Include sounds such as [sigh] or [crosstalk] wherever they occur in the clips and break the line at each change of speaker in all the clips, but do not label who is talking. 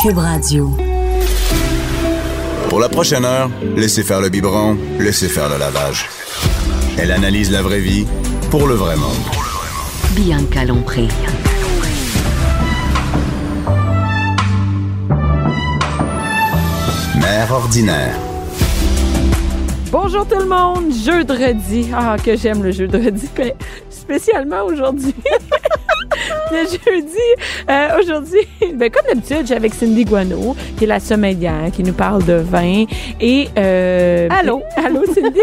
Cube Radio.
Pour la prochaine heure, laissez faire le biberon, laissez faire le lavage. Elle analyse la vraie vie pour le vrai monde.
Bianca Lompré.
Mère ordinaire.
Bonjour tout le monde, jeudi. Ah, que j'aime le jeudi, [laughs] mais spécialement aujourd'hui. [laughs] le jeudi, euh, aujourd'hui, ben, comme d'habitude, j'ai avec Cindy Guano, qui est la sommelière, qui nous parle de vin. Et. euh,
Allô?
[laughs] Allô,
[laughs]
Cindy,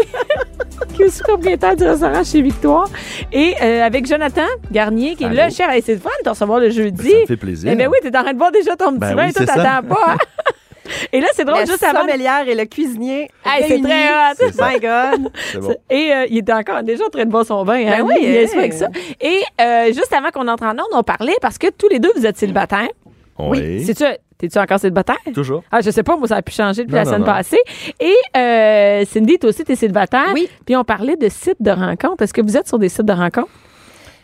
qui est aussi propriétaire du restaurant chez Victoire. Et euh, avec Jonathan Garnier, qui est le chef. Hey, c'est le fun de te recevoir le jeudi.
Bah, Ça me fait plaisir.
Eh ben oui, t'es en train de boire déjà ton petit
Ben
vin,
oui,
toi,
c'est ça.
t'attends pas. [laughs] hein? Et là, c'est drôle,
La
juste avant.
sommelière et le cuisinier.
Hey, c'est
réunis.
très hot.
C'est ça.
My
[laughs]
God.
C'est bon.
Et euh, il était encore déjà en train de boire son vin. hein?
Ben oui,
il est
hey.
sûr avec ça. Et euh, juste avant qu'on entre en onde, on parlait parce que tous les deux, vous êtes célibataires.
Oui.
C'est-tu, t'es-tu encore célibataire?
Toujours.
Ah, je sais pas, moi, ça a pu changer depuis la
Non, non,
semaine
non.
passée. Et euh, Cindy, toi aussi, t'es célibataire.
Oui.
Puis on parlait de sites de rencontres. Est-ce que vous êtes sur des sites de rencontres?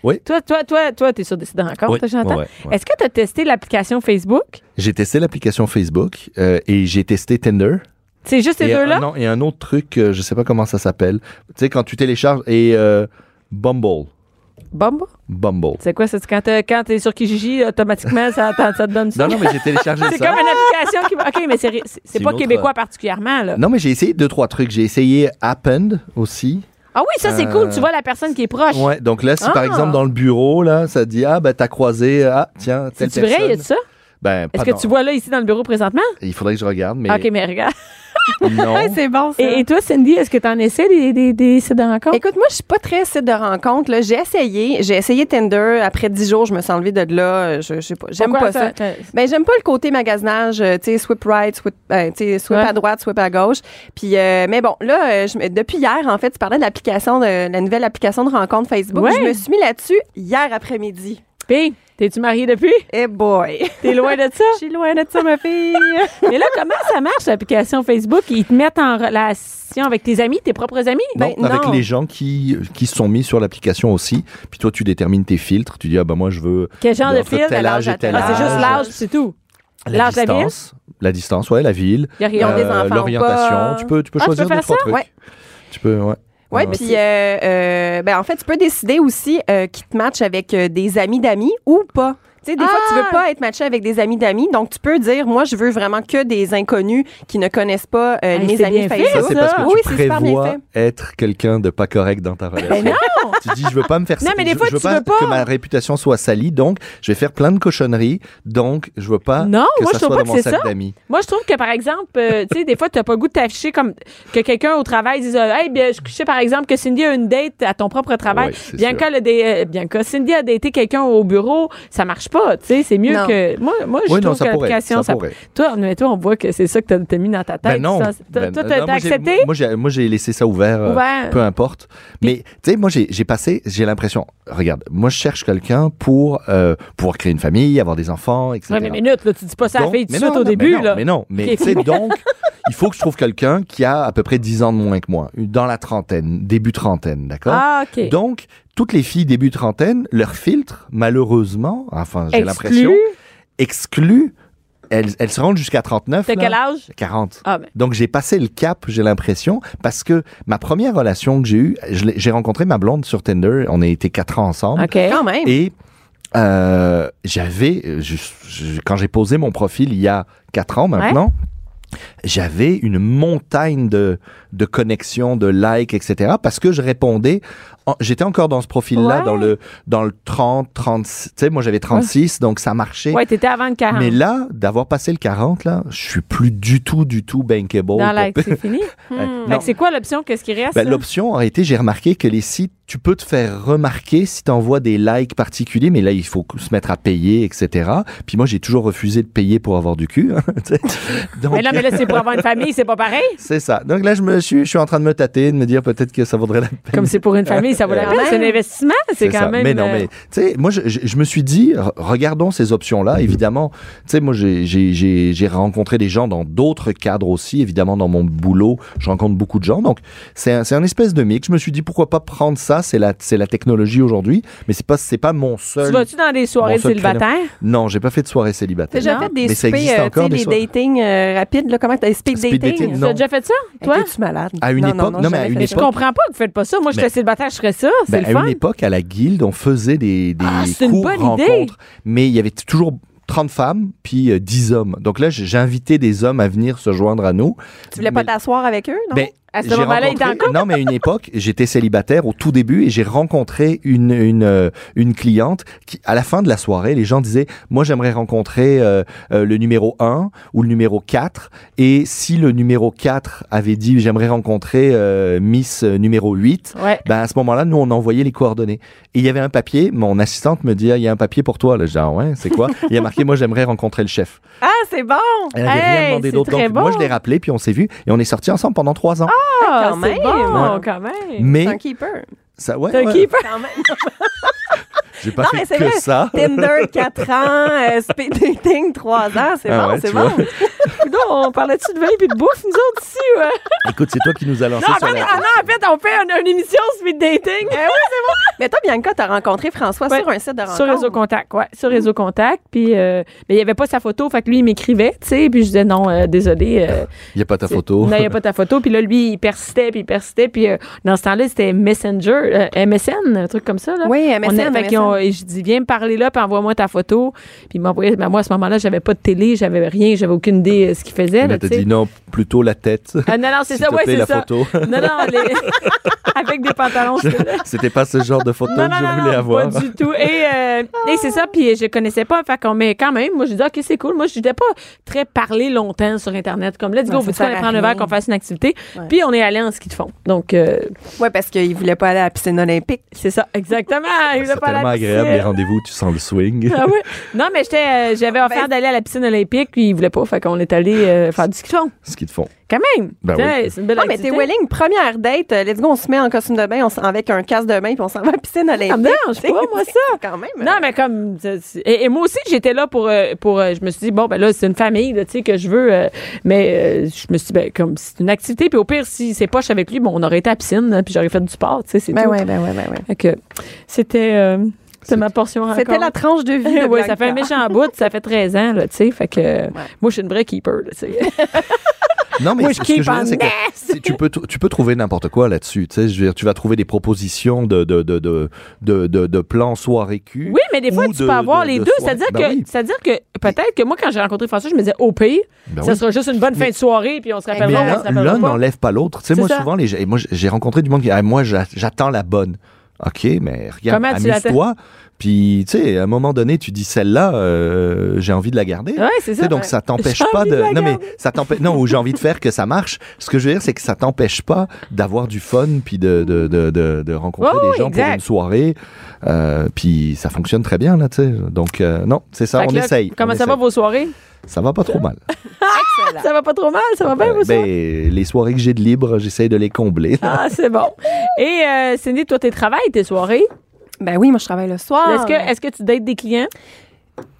Oui.
Toi, toi, toi, toi, t'es sur des sites de rencontres,
Oui,
toi, Jonathan?
ouais, ouais.
Est-ce que t'as testé l'application Facebook?
J'ai testé l'application Facebook euh, et j'ai testé Tinder.
C'est juste ces
et,
deux-là?
euh, non, et un autre truc, euh, je sais pas comment ça s'appelle. Tu sais, quand tu télécharges et euh, Bumble.
Bumble?
Bumble.
C'est quoi? C'est quand t'es, quand t'es sur Kijiji, automatiquement, ça, ça te donne ça?
Non, non, mais j'ai téléchargé
[laughs] C'est
ça.
comme une application qui va- OK, mais c'est, c'est, pas
C'est une autre- euh,
québécois particulièrement, là.
Non, mais j'ai essayé deux, trois trucs. J'ai essayé Append aussi.
Ah oui, ça, c'est
Euh,
cool. Tu vois la personne qui est proche.
Ouais, donc là, si
Ah.
par exemple dans le bureau, là, ça dit Ah, ben, t'as croisé, euh, ah, tiens, telle
C'est
personne.
vrai, il y a de ça?
Ben, pas
Est-ce que
dans-
tu vois là, ici, dans le bureau présentement?
Il faudrait que je regarde, mais.
OK, mais
[laughs]
regarde. [laughs]
Non.
Ouais, c'est bon, ça.
Et, et toi, Cindy, est-ce que tu en essaies des, des, des sites de rencontre?
Écoute, moi, je suis pas très site de rencontre. là. J'ai essayé. J'ai essayé Tinder. Après dix jours, je me suis enlevée de là. Je, je sais pas. J'aime
Pourquoi
pas ça.
t'as-
Ben, j'aime pas le côté magasinage, euh, tu sais, swipe right, swipe, euh, tu sais, swipe
Ouais.
à droite, swipe à gauche. Puis, euh, mais bon, là, euh, je me- depuis hier, en fait, tu parlais de l'application, de la nouvelle application de rencontre Facebook.
Ouais.
Je me suis mis là-dessus hier après-midi.
Puis, t'es-tu mariée depuis?
Eh boy!
T'es loin de ça?
Je suis loin de ça, ma fille!
mais là, comment ça marche, l'application Facebook? Ils te mettent en relation avec tes amis, tes propres amis?
Non,
Ben,
avec
non.
les gens qui, qui se sont mis sur l'application aussi. Puis toi, tu détermines tes filtres. Tu dis, ah ben moi, je veux
Quel genre de
Entre
film?
tel âge et tel
Ah, c'est juste
âge.
l'âge, puis c'est tout.
la
L'âge de la ville?
distance. La distance, ouais, la ville. Euh,
Y a rien.
ont des enfants ou pas.
L'orientation. Tu peux, tu peux
Ah, tu
choisir
peux faire
deux, trois
ça?
trucs.
Ouais.
Tu peux, ouais.
Oui,
Ouais.
puis euh, euh, ben, en fait, tu peux décider aussi euh, qui te match avec euh, des amis d'amis ou pas. Tu sais, des fois, tu veux pas être matché avec des amis d'amis, donc tu peux dire, moi, je veux vraiment que des inconnus qui ne connaissent pas euh,
Hey,
mes
c'est
amis
bien fait,
Facebook. Ah
Ça, c'est parce que
oui,
tu
c'est super bien
prévois
fait.
être quelqu'un de pas correct dans ta relation.
Ben non!
tu dis, je veux pas me faire
Non, mais des
je-
fois,
je veux
tu veux pas.
que ma réputation soit salie, donc je vais faire plein de cochonneries, donc je veux pas
Non,
que
moi, je
ça
trouve pas
soit dans
que
mon
c'est
sac
ça.
d'amis.
Moi, je trouve que, par exemple, euh, tu sais, des fois, t'as pas le goût de t'afficher comme que quelqu'un au travail dise euh, Hey, bien, je sais, par exemple, que Cindy a une date à ton propre travail.
Ouais, c'est
bien
sûr.
qu'elle a des- euh, Bianca, Cindy a daté quelqu'un au bureau, ça marche pas, tu sais, c'est mieux
Non.
que. Moi, moi je
Oui,
trouve
non, ça
que
pourrait,
l'application,
ça
ça-
pourrait.
Toi, mais toi, on voit que c'est ça que t'as t'as mis dans ta tête.
Ben non.
Ça, t'as-
Ben,
toi,
euh,
t'as
non,
t'as
moi, j'ai-
accepté?
Moi, j'ai- moi, j'ai laissé ça ouvert, euh,
Ouvert.
peu importe. Mais tu sais, moi, j'ai j'ai passé, j'ai l'impression, regarde, moi, je cherche quelqu'un pour euh, pouvoir créer une famille, avoir des enfants, etc.
Ouais, mais minute, là, tu dis pas ça à la
Donc-
fille tout de
mais
suite
non,
au
non, mais
début,
non,
là.
Mais non, mais
Ok.
tu sais, donc, [laughs] il faut que je trouve quelqu'un qui a à peu près 10 ans de moins que moi, dans la trentaine, début trentaine, d'accord
Ah, OK.
Donc, toutes les filles début trentaine, leur filtre, malheureusement, enfin, j'ai l'impression,
Exclu.
exclu, elles, elles se rendent jusqu'à 39.
T'as
là.
quel âge?
40.
Ah, ben.
Donc j'ai passé le cap, j'ai l'impression, parce que ma première relation que j'ai eue, je l'ai- j'ai rencontré ma blonde sur Tinder, on a été quatre ans ensemble,
OK.
Quand même.
et euh, j'avais, euh, je- je- quand j'ai posé mon profil il y a quatre ans maintenant, j'avais une montagne de, de connexions, de likes, etc. Parce que je répondais, en- j'étais encore dans ce profil-là,
Ouais.
dans le dans le 30, 36, tu sais, moi j'avais 36, donc ça marchait.
Ouais, t'étais avant le 40.
Mais là, d'avoir passé le 40, là, je suis plus du tout, du tout bankable.
dans
pour- [laughs]
la... C'est fini.
Ouais.
Fait
oh, Non.
que c'est quoi l'option? Qu'est-ce qui reste?
Ben,
là?
L'option aurait été, j'ai remarqué que les sites tu peux te faire remarquer si tu envoies des likes particuliers, mais là, il faut se mettre à payer, etc. Puis moi, j'ai toujours refusé de payer pour avoir du cul. hein, [laughs] tu sais. Donc,
Mais non, mais là, c'est pour avoir une famille, c'est pas pareil.
c'est ça. Donc là, je, me, je, suis, je suis en train de me tâter, de me dire peut-être que ça vaudrait la peine.
Comme c'est pour une famille, ça vaut la peine. Ah, C'est un investissement, c'est quand
ça.
même. euh,
Mais non, mais tu sais, moi, je, je- je me suis dit, re- regardons ces
Mhm.
options-là. Évidemment, tu sais, moi, j'ai- j'ai- j'ai j'ai rencontré des gens dans d'autres cadres aussi. Évidemment, dans mon boulot, je rencontre beaucoup de gens. Donc, c'est un, c'est un espèce de mix. Je me suis dit, pourquoi pas prendre ça C'est la, c'est la technologie aujourd'hui, mais c'est pas, c'est pas mon
Tu
seul.
vas-tu dans des soirées de
Mon seul
célibataires?
Non, j'ai pas fait de soirée
T'as
célibataire.
déjà fait des
Mais ça
soupers,
existe
euh, tu
encore,
sais,
des
des
soirées.
datings euh, rapides, là, comment t'as speed,
Speed
dating?
dating,
Tu
Non.
as déjà fait ça, toi?
T'es-tu malade?
À une
Non,
époque-
non,
non, mais
jamais
à une
fait
Je
ça.
époque-
comprends pas que vous faites pas ça. Moi, je
Mais-
suis célibataire, je ferais ça. C'est
Ben,
le
à
fun.
une époque, à la guilde, on faisait des, des
Ah, c'est une
cours
bonne idée.
rencontres, mais il y avait t- toujours 30 femmes puis euh, 10 hommes. Donc là, j'ai j'ai invité des hommes à venir se joindre à nous.
Tu voulais pas t'asseoir avec eux, non?
Ben,
À ce
j'ai
moment-là, il était en
rencontré- Non, mais à une époque, j'étais célibataire au tout début et j'ai rencontré une, une, euh, une cliente qui, à la fin de la soirée, les gens disaient Moi, j'aimerais rencontrer euh, euh, le numéro 1 ou le numéro 4. Et si le numéro 4 avait dit J'aimerais rencontrer euh, Miss euh, numéro 8,
Ouais.
ben, à ce moment-là, nous, on envoyait les coordonnées. Et il y avait un papier. Mon assistante me dit, Ah, il y a un papier pour toi. Là, je dis, ah ouais, c'est quoi? Il y a marqué, moi, j'aimerais rencontrer le chef.
Ah, c'est bon!
Elle n'avait
Hey,
rien demandé
c'est
d'autre.
très
Donc, moi,
bon.
je l'ai rappelé, puis on s'est vu, et on est sortis ensemble pendant trois ans.
Ah,
quand
c'est
même.
bon,
Ouais.
quand même.
C'est
mais,
un keeper.
ça, ouais,
T'as
ouais.
qui peut-
Quand même.
j'ai pas
Non, mais
fait
c'est
que
vrai.
ça.
Tinder, 4 ans, euh, speed dating, 3 ans, c'est
Ah
bon,
ouais,
c'est
tu
bon.
vois.
Coudon, on parlait-tu de vin puis de bouffe, nous autres, ici? Ouais.
Écoute, Ah, c'est toi qui nous as lancé
Non,
sur
attendez,
la...
ah non, en fait, on fait une, une émission speed dating.
Mais toi, Bianca, t'as rencontré François
Ouais.
sur un site de rencontre.
Sur Réseau Contact, ouais. Sur Réseau Contact. Puis, euh, mais il n'y avait pas sa photo. Fait que lui, il m'écrivait, tu sais. Puis je disais, non, euh, désolé. euh,
Il n'y a pas ta
c'est-
photo.
Non, il n'y a pas ta photo. Puis là, lui, il persistait, puis il persistait. Puis euh, dans ce temps-là, c'était Messenger, euh, MSN, un truc comme ça, là.
Oui, MSN.
On a- fait
MSN.
qu'ils ont- et je dis, viens me parler là, puis envoie-moi ta photo. Puis il m'envoyait, mais moi, à ce moment-là, j'avais pas de télé, j'avais rien, j'avais aucune idée de ce qu'il faisait.
Elle
là,
t'a
tu sais.
dit, non, plutôt la tête.
Ah, non, non,
[laughs]
c'est
S'il
ça,
te
ouais,
plaît,
c'est
la
ça. [laughs]
photo.
Non, non, les- avec des pantalons.
Je- [laughs] C'était pas ce genre de photo
Non,
que
non,
je
non,
voulais
non,
avoir.
pas du tout. Et,
[laughs]
euh, et c'est ça, puis je connaissais pas, fait qu'on, mais quand même, moi, je dis, OK, c'est cool. Moi, je n'étais pas très parler longtemps sur Internet, comme là, dis,
Non,
go,
ça
veux-tu
sert
qu'on aille
à
prendre un
rien.
verre, qu'on fasse une activité? Puis on est allé en ski de fond. Donc, euh,
Ouais, parce qu'il voulait pas aller à la piscine olympique.
c'est ça,
[laughs]
exactement. Il voulait
C'est
pas aller à
tellement
la
agréable,
piscine.
les rendez-vous, tu sens le swing.
[laughs] Ah oui. Non, mais j'étais, euh, j'avais offert d'aller à la piscine olympique, puis il voulait pas, fait qu'on est allé euh, faire du ski de fond.
Ce qu'ils te font.
Quand même.
Ben
Tu sais,
oui.
C'est une belle
Non, mais
activité.
t'es willing, première date, euh, let's go, on se met en costume de bain, on s'en- avec un casque de bain, puis on s'en va à la piscine olympique.
Ça me dérange pas, moi, ça.
quand même.
Ah, Non, mais comme. c'est- c'est- Et, et moi aussi, j'étais là pour. euh, pour euh, je me suis dit, bon, ben là, c'est une famille, là, tu sais, que je veux. euh, mais euh, je me suis dit, ben, comme, c'est une activité. Puis au pire, si c'est poche avec lui, bon, on aurait été à la piscine, là, puis j'aurais fait du sport, tu sais, c'est
Ben
tout.
ouais, ben ouais, ben ouais.
Fait que c'était. euh, c'est ma portion encore.
C'était
[laughs]
la tranche de vie. de
Ouais, ça
Bianca.
fait un méchant bout, ça fait 13 ans, là, tu sais. Fait que. euh, Moi, je suis une vraie keeper, là, tu
[laughs]
sais.
Non, mais
Moi,
ce
je
que je
keep
veux dire,
on
c'est que
this.
tu- tu peux, t- tu peux trouver n'importe quoi là-dessus. Tu sais, je veux dire, tu vas trouver des propositions de, de, de, de, de, de- de plans soirée cul.
Oui, mais des fois,
ou
tu
de-
peux avoir
de-
les
de
deux.
soirée-
C'est-à-dire
Ben
que,
oui.
c'est-à-dire que peut-être que moi, quand j'ai rencontré François, je me disais, au pire,
Ben
ça
oui.
sera juste une bonne fin de soirée, puis on se
Mais
rappellera. on se
l'un
rappellera
l'un
pas.
n'enlève pas l'autre. Tu sais,
C'est
moi,
ça.
souvent, les, gens- et moi, j'ai rencontré du monde qui dit, Ah, moi, j'a- j'attends la bonne. OK, mais regarde,
Comment tu l'attends?
amuse-toi. Puis, tu sais, à un moment donné, tu dis, celle-là, euh, j'ai envie de la garder.
Ouais, Ah, c'est
Tu
ça.
sais, donc ça t'empêche
J'ai
pas
envie
de.
de la
non, mais
garder.
ça t'empêche. Non, ou j'ai envie de faire que ça marche. Ce que je veux dire, c'est que ça t'empêche pas d'avoir du fun puis de, de, de, de, de rencontrer
Oh,
des gens
exact.
pour une soirée. Euh, puis ça fonctionne très bien, là, tu sais. Donc, euh, non, c'est ça,
Fait
on
que là,
essaye.
Comment
on
ça va
essaye.
vos soirées?
Ça va pas trop mal.
Excellent.
Ça va pas trop mal? Ça va bien,
Euh,
vous
ben, les soirées que j'ai de libre, j'essaye de les combler.
Ah, c'est bon. Et euh, Cindy, toi, tes travails, tes soirées,
Ben oui, moi, je travaille le soir.
est-ce que, est-ce que tu dates des clients?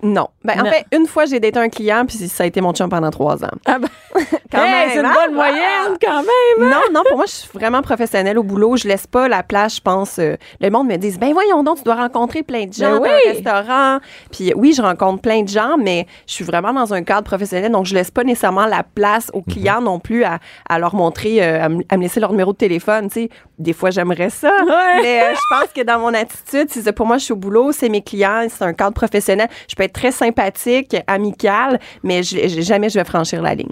Non. Ben, en
Non.
fait, une fois, j'ai daté un client, puis ça a été mon chum pendant trois ans.
Ah ben,
[laughs] Quand
hey,
même,
c'est une
hein?
bonne moyenne, quand même.
Non, non, pour moi, je suis vraiment professionnelle au boulot. Je laisse pas la place, je pense. euh, le monde me dit, ben voyons donc, tu dois rencontrer plein de
Ben
gens dans
oui.
un restaurant. Puis oui, je rencontre plein de gens, mais je suis vraiment dans un cadre professionnel, donc je laisse pas nécessairement la place aux
Mhm.
clients non plus à, à leur montrer, euh, à, me- à me laisser leur numéro de téléphone. Tu sais, des fois, j'aimerais ça,
Ouais.
mais euh, je pense que dans mon attitude, c'est ça, pour moi, je suis au boulot, c'est mes clients, c'est un cadre professionnel. Je peux être très sympathique, amicale, mais je- je- jamais je vais franchir la ligne.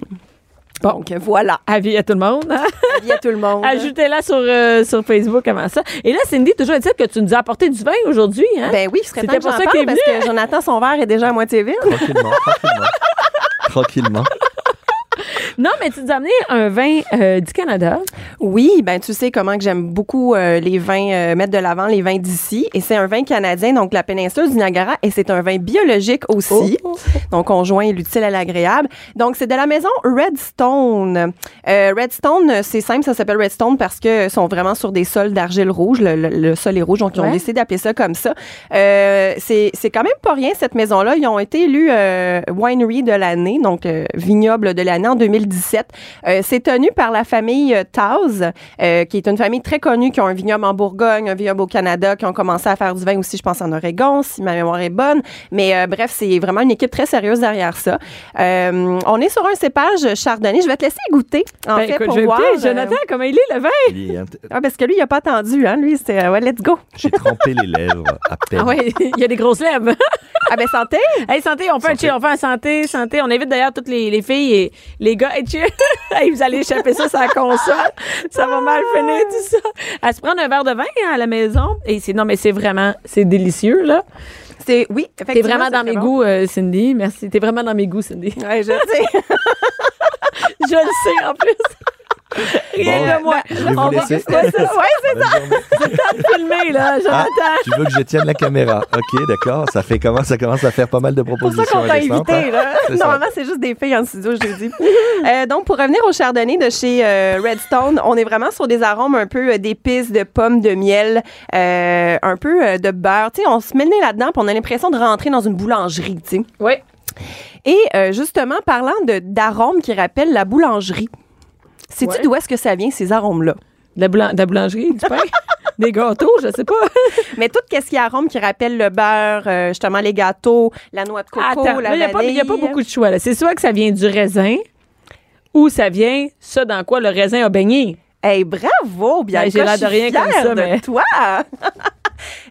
Donc voilà,
Avis à tout le monde. hein?
avis à tout le monde.
Ajoutez-la sur, euh, sur Facebook avant ça. Et là, Cindy, toujours est-il que tu nous as apporté du vin aujourd'hui. Hein?
Ben oui, il serait temps
C'était
que
pour
j'en
ça
parle
qu'il est
parce que Jonathan, son verre est déjà à moitié vide.
Tranquillement, tranquillement. tranquillement.
Non, mais tu nous as amené un vin euh, du Canada.
Oui, ben tu sais comment que j'aime beaucoup euh, les vins, euh, mettre de l'avant les vins d'ici. Et c'est un vin canadien, donc la péninsule du Niagara, et c'est un vin biologique aussi.
Oh.
Donc on joint l'utile à l'agréable. Donc c'est de la maison Redstone. Euh, Redstone, euh, c'est simple, ça s'appelle Redstone parce que sont vraiment sur des sols d'argile rouge. Le, le- le sol est rouge, donc ils ont
Ouais.
décidé d'appeler ça comme ça. Euh, c'est c'est quand même pas rien cette maison-là. Ils ont été élus euh, winery de l'année, donc euh, vignoble de l'année en 2017. Euh, c'est tenu par la famille euh, Taus, euh, qui est une famille très connue, qui ont un vignoble en Bourgogne, un vignoble au Canada, qui ont commencé à faire du vin aussi, je pense, en Oregon, si ma mémoire est bonne. Mais euh, bref, c'est vraiment une équipe très sérieuse derrière ça. Euh, on est sur un cépage chardonnay. Je vais te laisser goûter, en
Ben,
fait,
écoute,
pour
je vais
voir.
goûter.
euh,
Jonathan, comment il est, le
[laughs]
vin?
Il est un t-
Ah, parce que lui, il n'a pas attendu, hein. Lui, c'est euh, ouais, let's go.
J'ai trempé les lèvres à peine.
Ah oui, il y a des grosses lèvres.
Ah, ben, santé!
[laughs] hey, santé, on fait un
Santé.
cheer, on fait un santé, santé. On invite d'ailleurs toutes les, les filles et les gars. Hey, cheer. [laughs] hey, vous allez échapper ça sur la console. ça va mal finir, tout ça. À se prendre un verre de vin hein, à la maison. Et c'est, non, mais c'est vraiment, c'est délicieux, là.
C'est, oui,
T'es
effectivement,
vraiment
c'est
dans
très
mes
bon.
goûts, euh, Cindy. Merci. T'es vraiment dans mes goûts, Cindy. [laughs]
Ouais, je sais. [laughs]
Je le sais, en plus. [laughs] Rien
Bon,
de moi.
je vais vous
on va
laisser.
c'est ça, ouais,
Bonne journée.
filmer, là,
Ah,
Jonathan.
tu veux que je tienne la caméra. OK, d'accord. Ça fait comment ça commence à faire pas mal de
pour
propositions.
ça qu'on t'a
indécentes,
invité,
hein.
là.
C'est ça.
Normalement, c'est juste des filles en studio, je l'ai dit. [laughs] Euh, donc, pour revenir au chardonnay de chez euh, Redstone, on est vraiment sur des arômes un peu euh, d'épices, de pommes, de miel, euh, un peu euh, de beurre. Tu sais, on se met le nez là-dedans, puis on a l'impression de rentrer dans une boulangerie, tu sais.
Oui.
Et euh, justement, parlant de- d'arômes qui rappellent la boulangerie, sais-tu
Ouais.
d'où est-ce que ça vient, ces arômes-là?
De la, boulan- de la boulangerie, du [laughs] pain, des gâteaux, je sais pas.
Mais tout ce qui est arôme qui rappelle le beurre, euh, justement les gâteaux, la noix de coco,
Attends, là,
la
il n'y a, pas-
vanille.
y a pas beaucoup de choix. là. C'est soit que ça vient du raisin ou ça vient ça dans quoi le raisin a baigné.
Hey, bravo, bien
Ben, j'ai l'air de rien comme ça, mais-
toi. [laughs]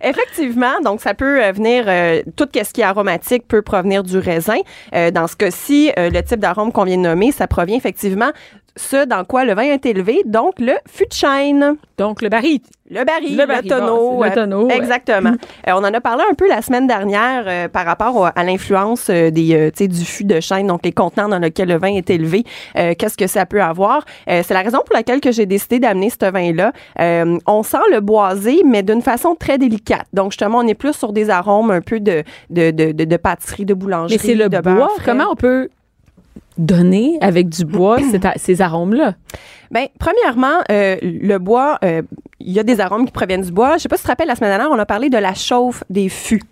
Effectivement, donc ça peut euh, venir euh, tout ce qui est aromatique peut provenir du raisin. Euh, dans ce cas-ci, euh, le type d'arôme qu'on vient de nommer, ça provient effectivement ce dans quoi le vin est élevé, donc le fût de chêne.
Donc, le baril.
Le baril,
Le
le,
baril,
tonneau.
bon, c'est le
euh,
tonneau, ouais.
Exactement. Euh, on en a parlé un peu la semaine dernière euh, par rapport au- à l'influence euh, des, euh, tu sais, du fût de chêne, donc les contenants dans lesquels le vin est élevé. Euh, Qu'est-ce que ça peut avoir? Euh, C'est la raison pour laquelle que j'ai décidé d'amener ce vin-là. Euh, on sent le boisé, mais d'une façon très délicate. Donc, justement, on est plus sur des arômes un peu de, de, de, de, de pâtisserie, de boulangerie.
Mais c'est le
de
bois.
beurre frais.
Comment on peut donner avec du
[coughs]
bois cet a- ces arômes-là?
Ben, premièrement, euh, le bois, euh, il y a des arômes qui proviennent du bois. Je sais pas si tu te rappelles, la semaine dernière, on a parlé de la chauffe des fûts.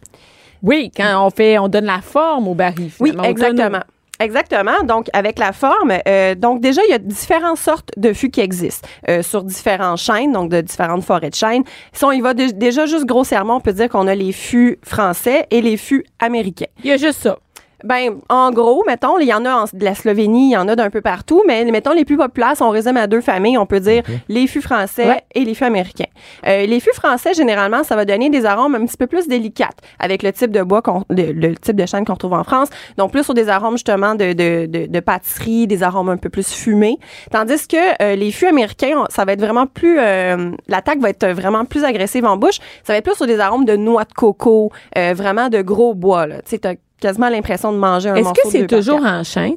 Oui, quand on fait, on donne la forme au baril.
Oui,
finalement, au
exactement.
tonneau.
Exactement. Donc, avec la forme, euh, donc déjà, il y a différentes sortes de fûts qui existent euh, sur différentes chaînes, donc de différentes forêts de chênes. Si on y va dé- déjà juste grossièrement, on peut dire qu'on a les fûts français et les fûts américains.
Il y a juste ça.
Ben, en gros, mettons, il y en a en- de la Slovénie, il y en a d'un peu partout, mais mettons, les plus populaires, si on résume à deux familles, on peut dire les fûts français
Ouais.
et les fûts américains. Euh, les fûts français, généralement, ça va donner des arômes un petit peu plus délicates avec le type de bois, qu'on- le, le type de chêne qu'on trouve en France. Donc, plus sur des arômes, justement, de, de, de, de pâtisserie, des arômes un peu plus fumés. Tandis que euh, les fûts américains, on- ça va être vraiment plus... euh, L'attaque va être vraiment plus agressive en bouche. Ça va être plus sur des arômes de noix de coco, euh, vraiment de gros bois, là. Tu sais, t'as quasiment l'impression de manger un
Est-ce
morceau
que
de
c'est
deux par
toujours
quatre.
en chaîne?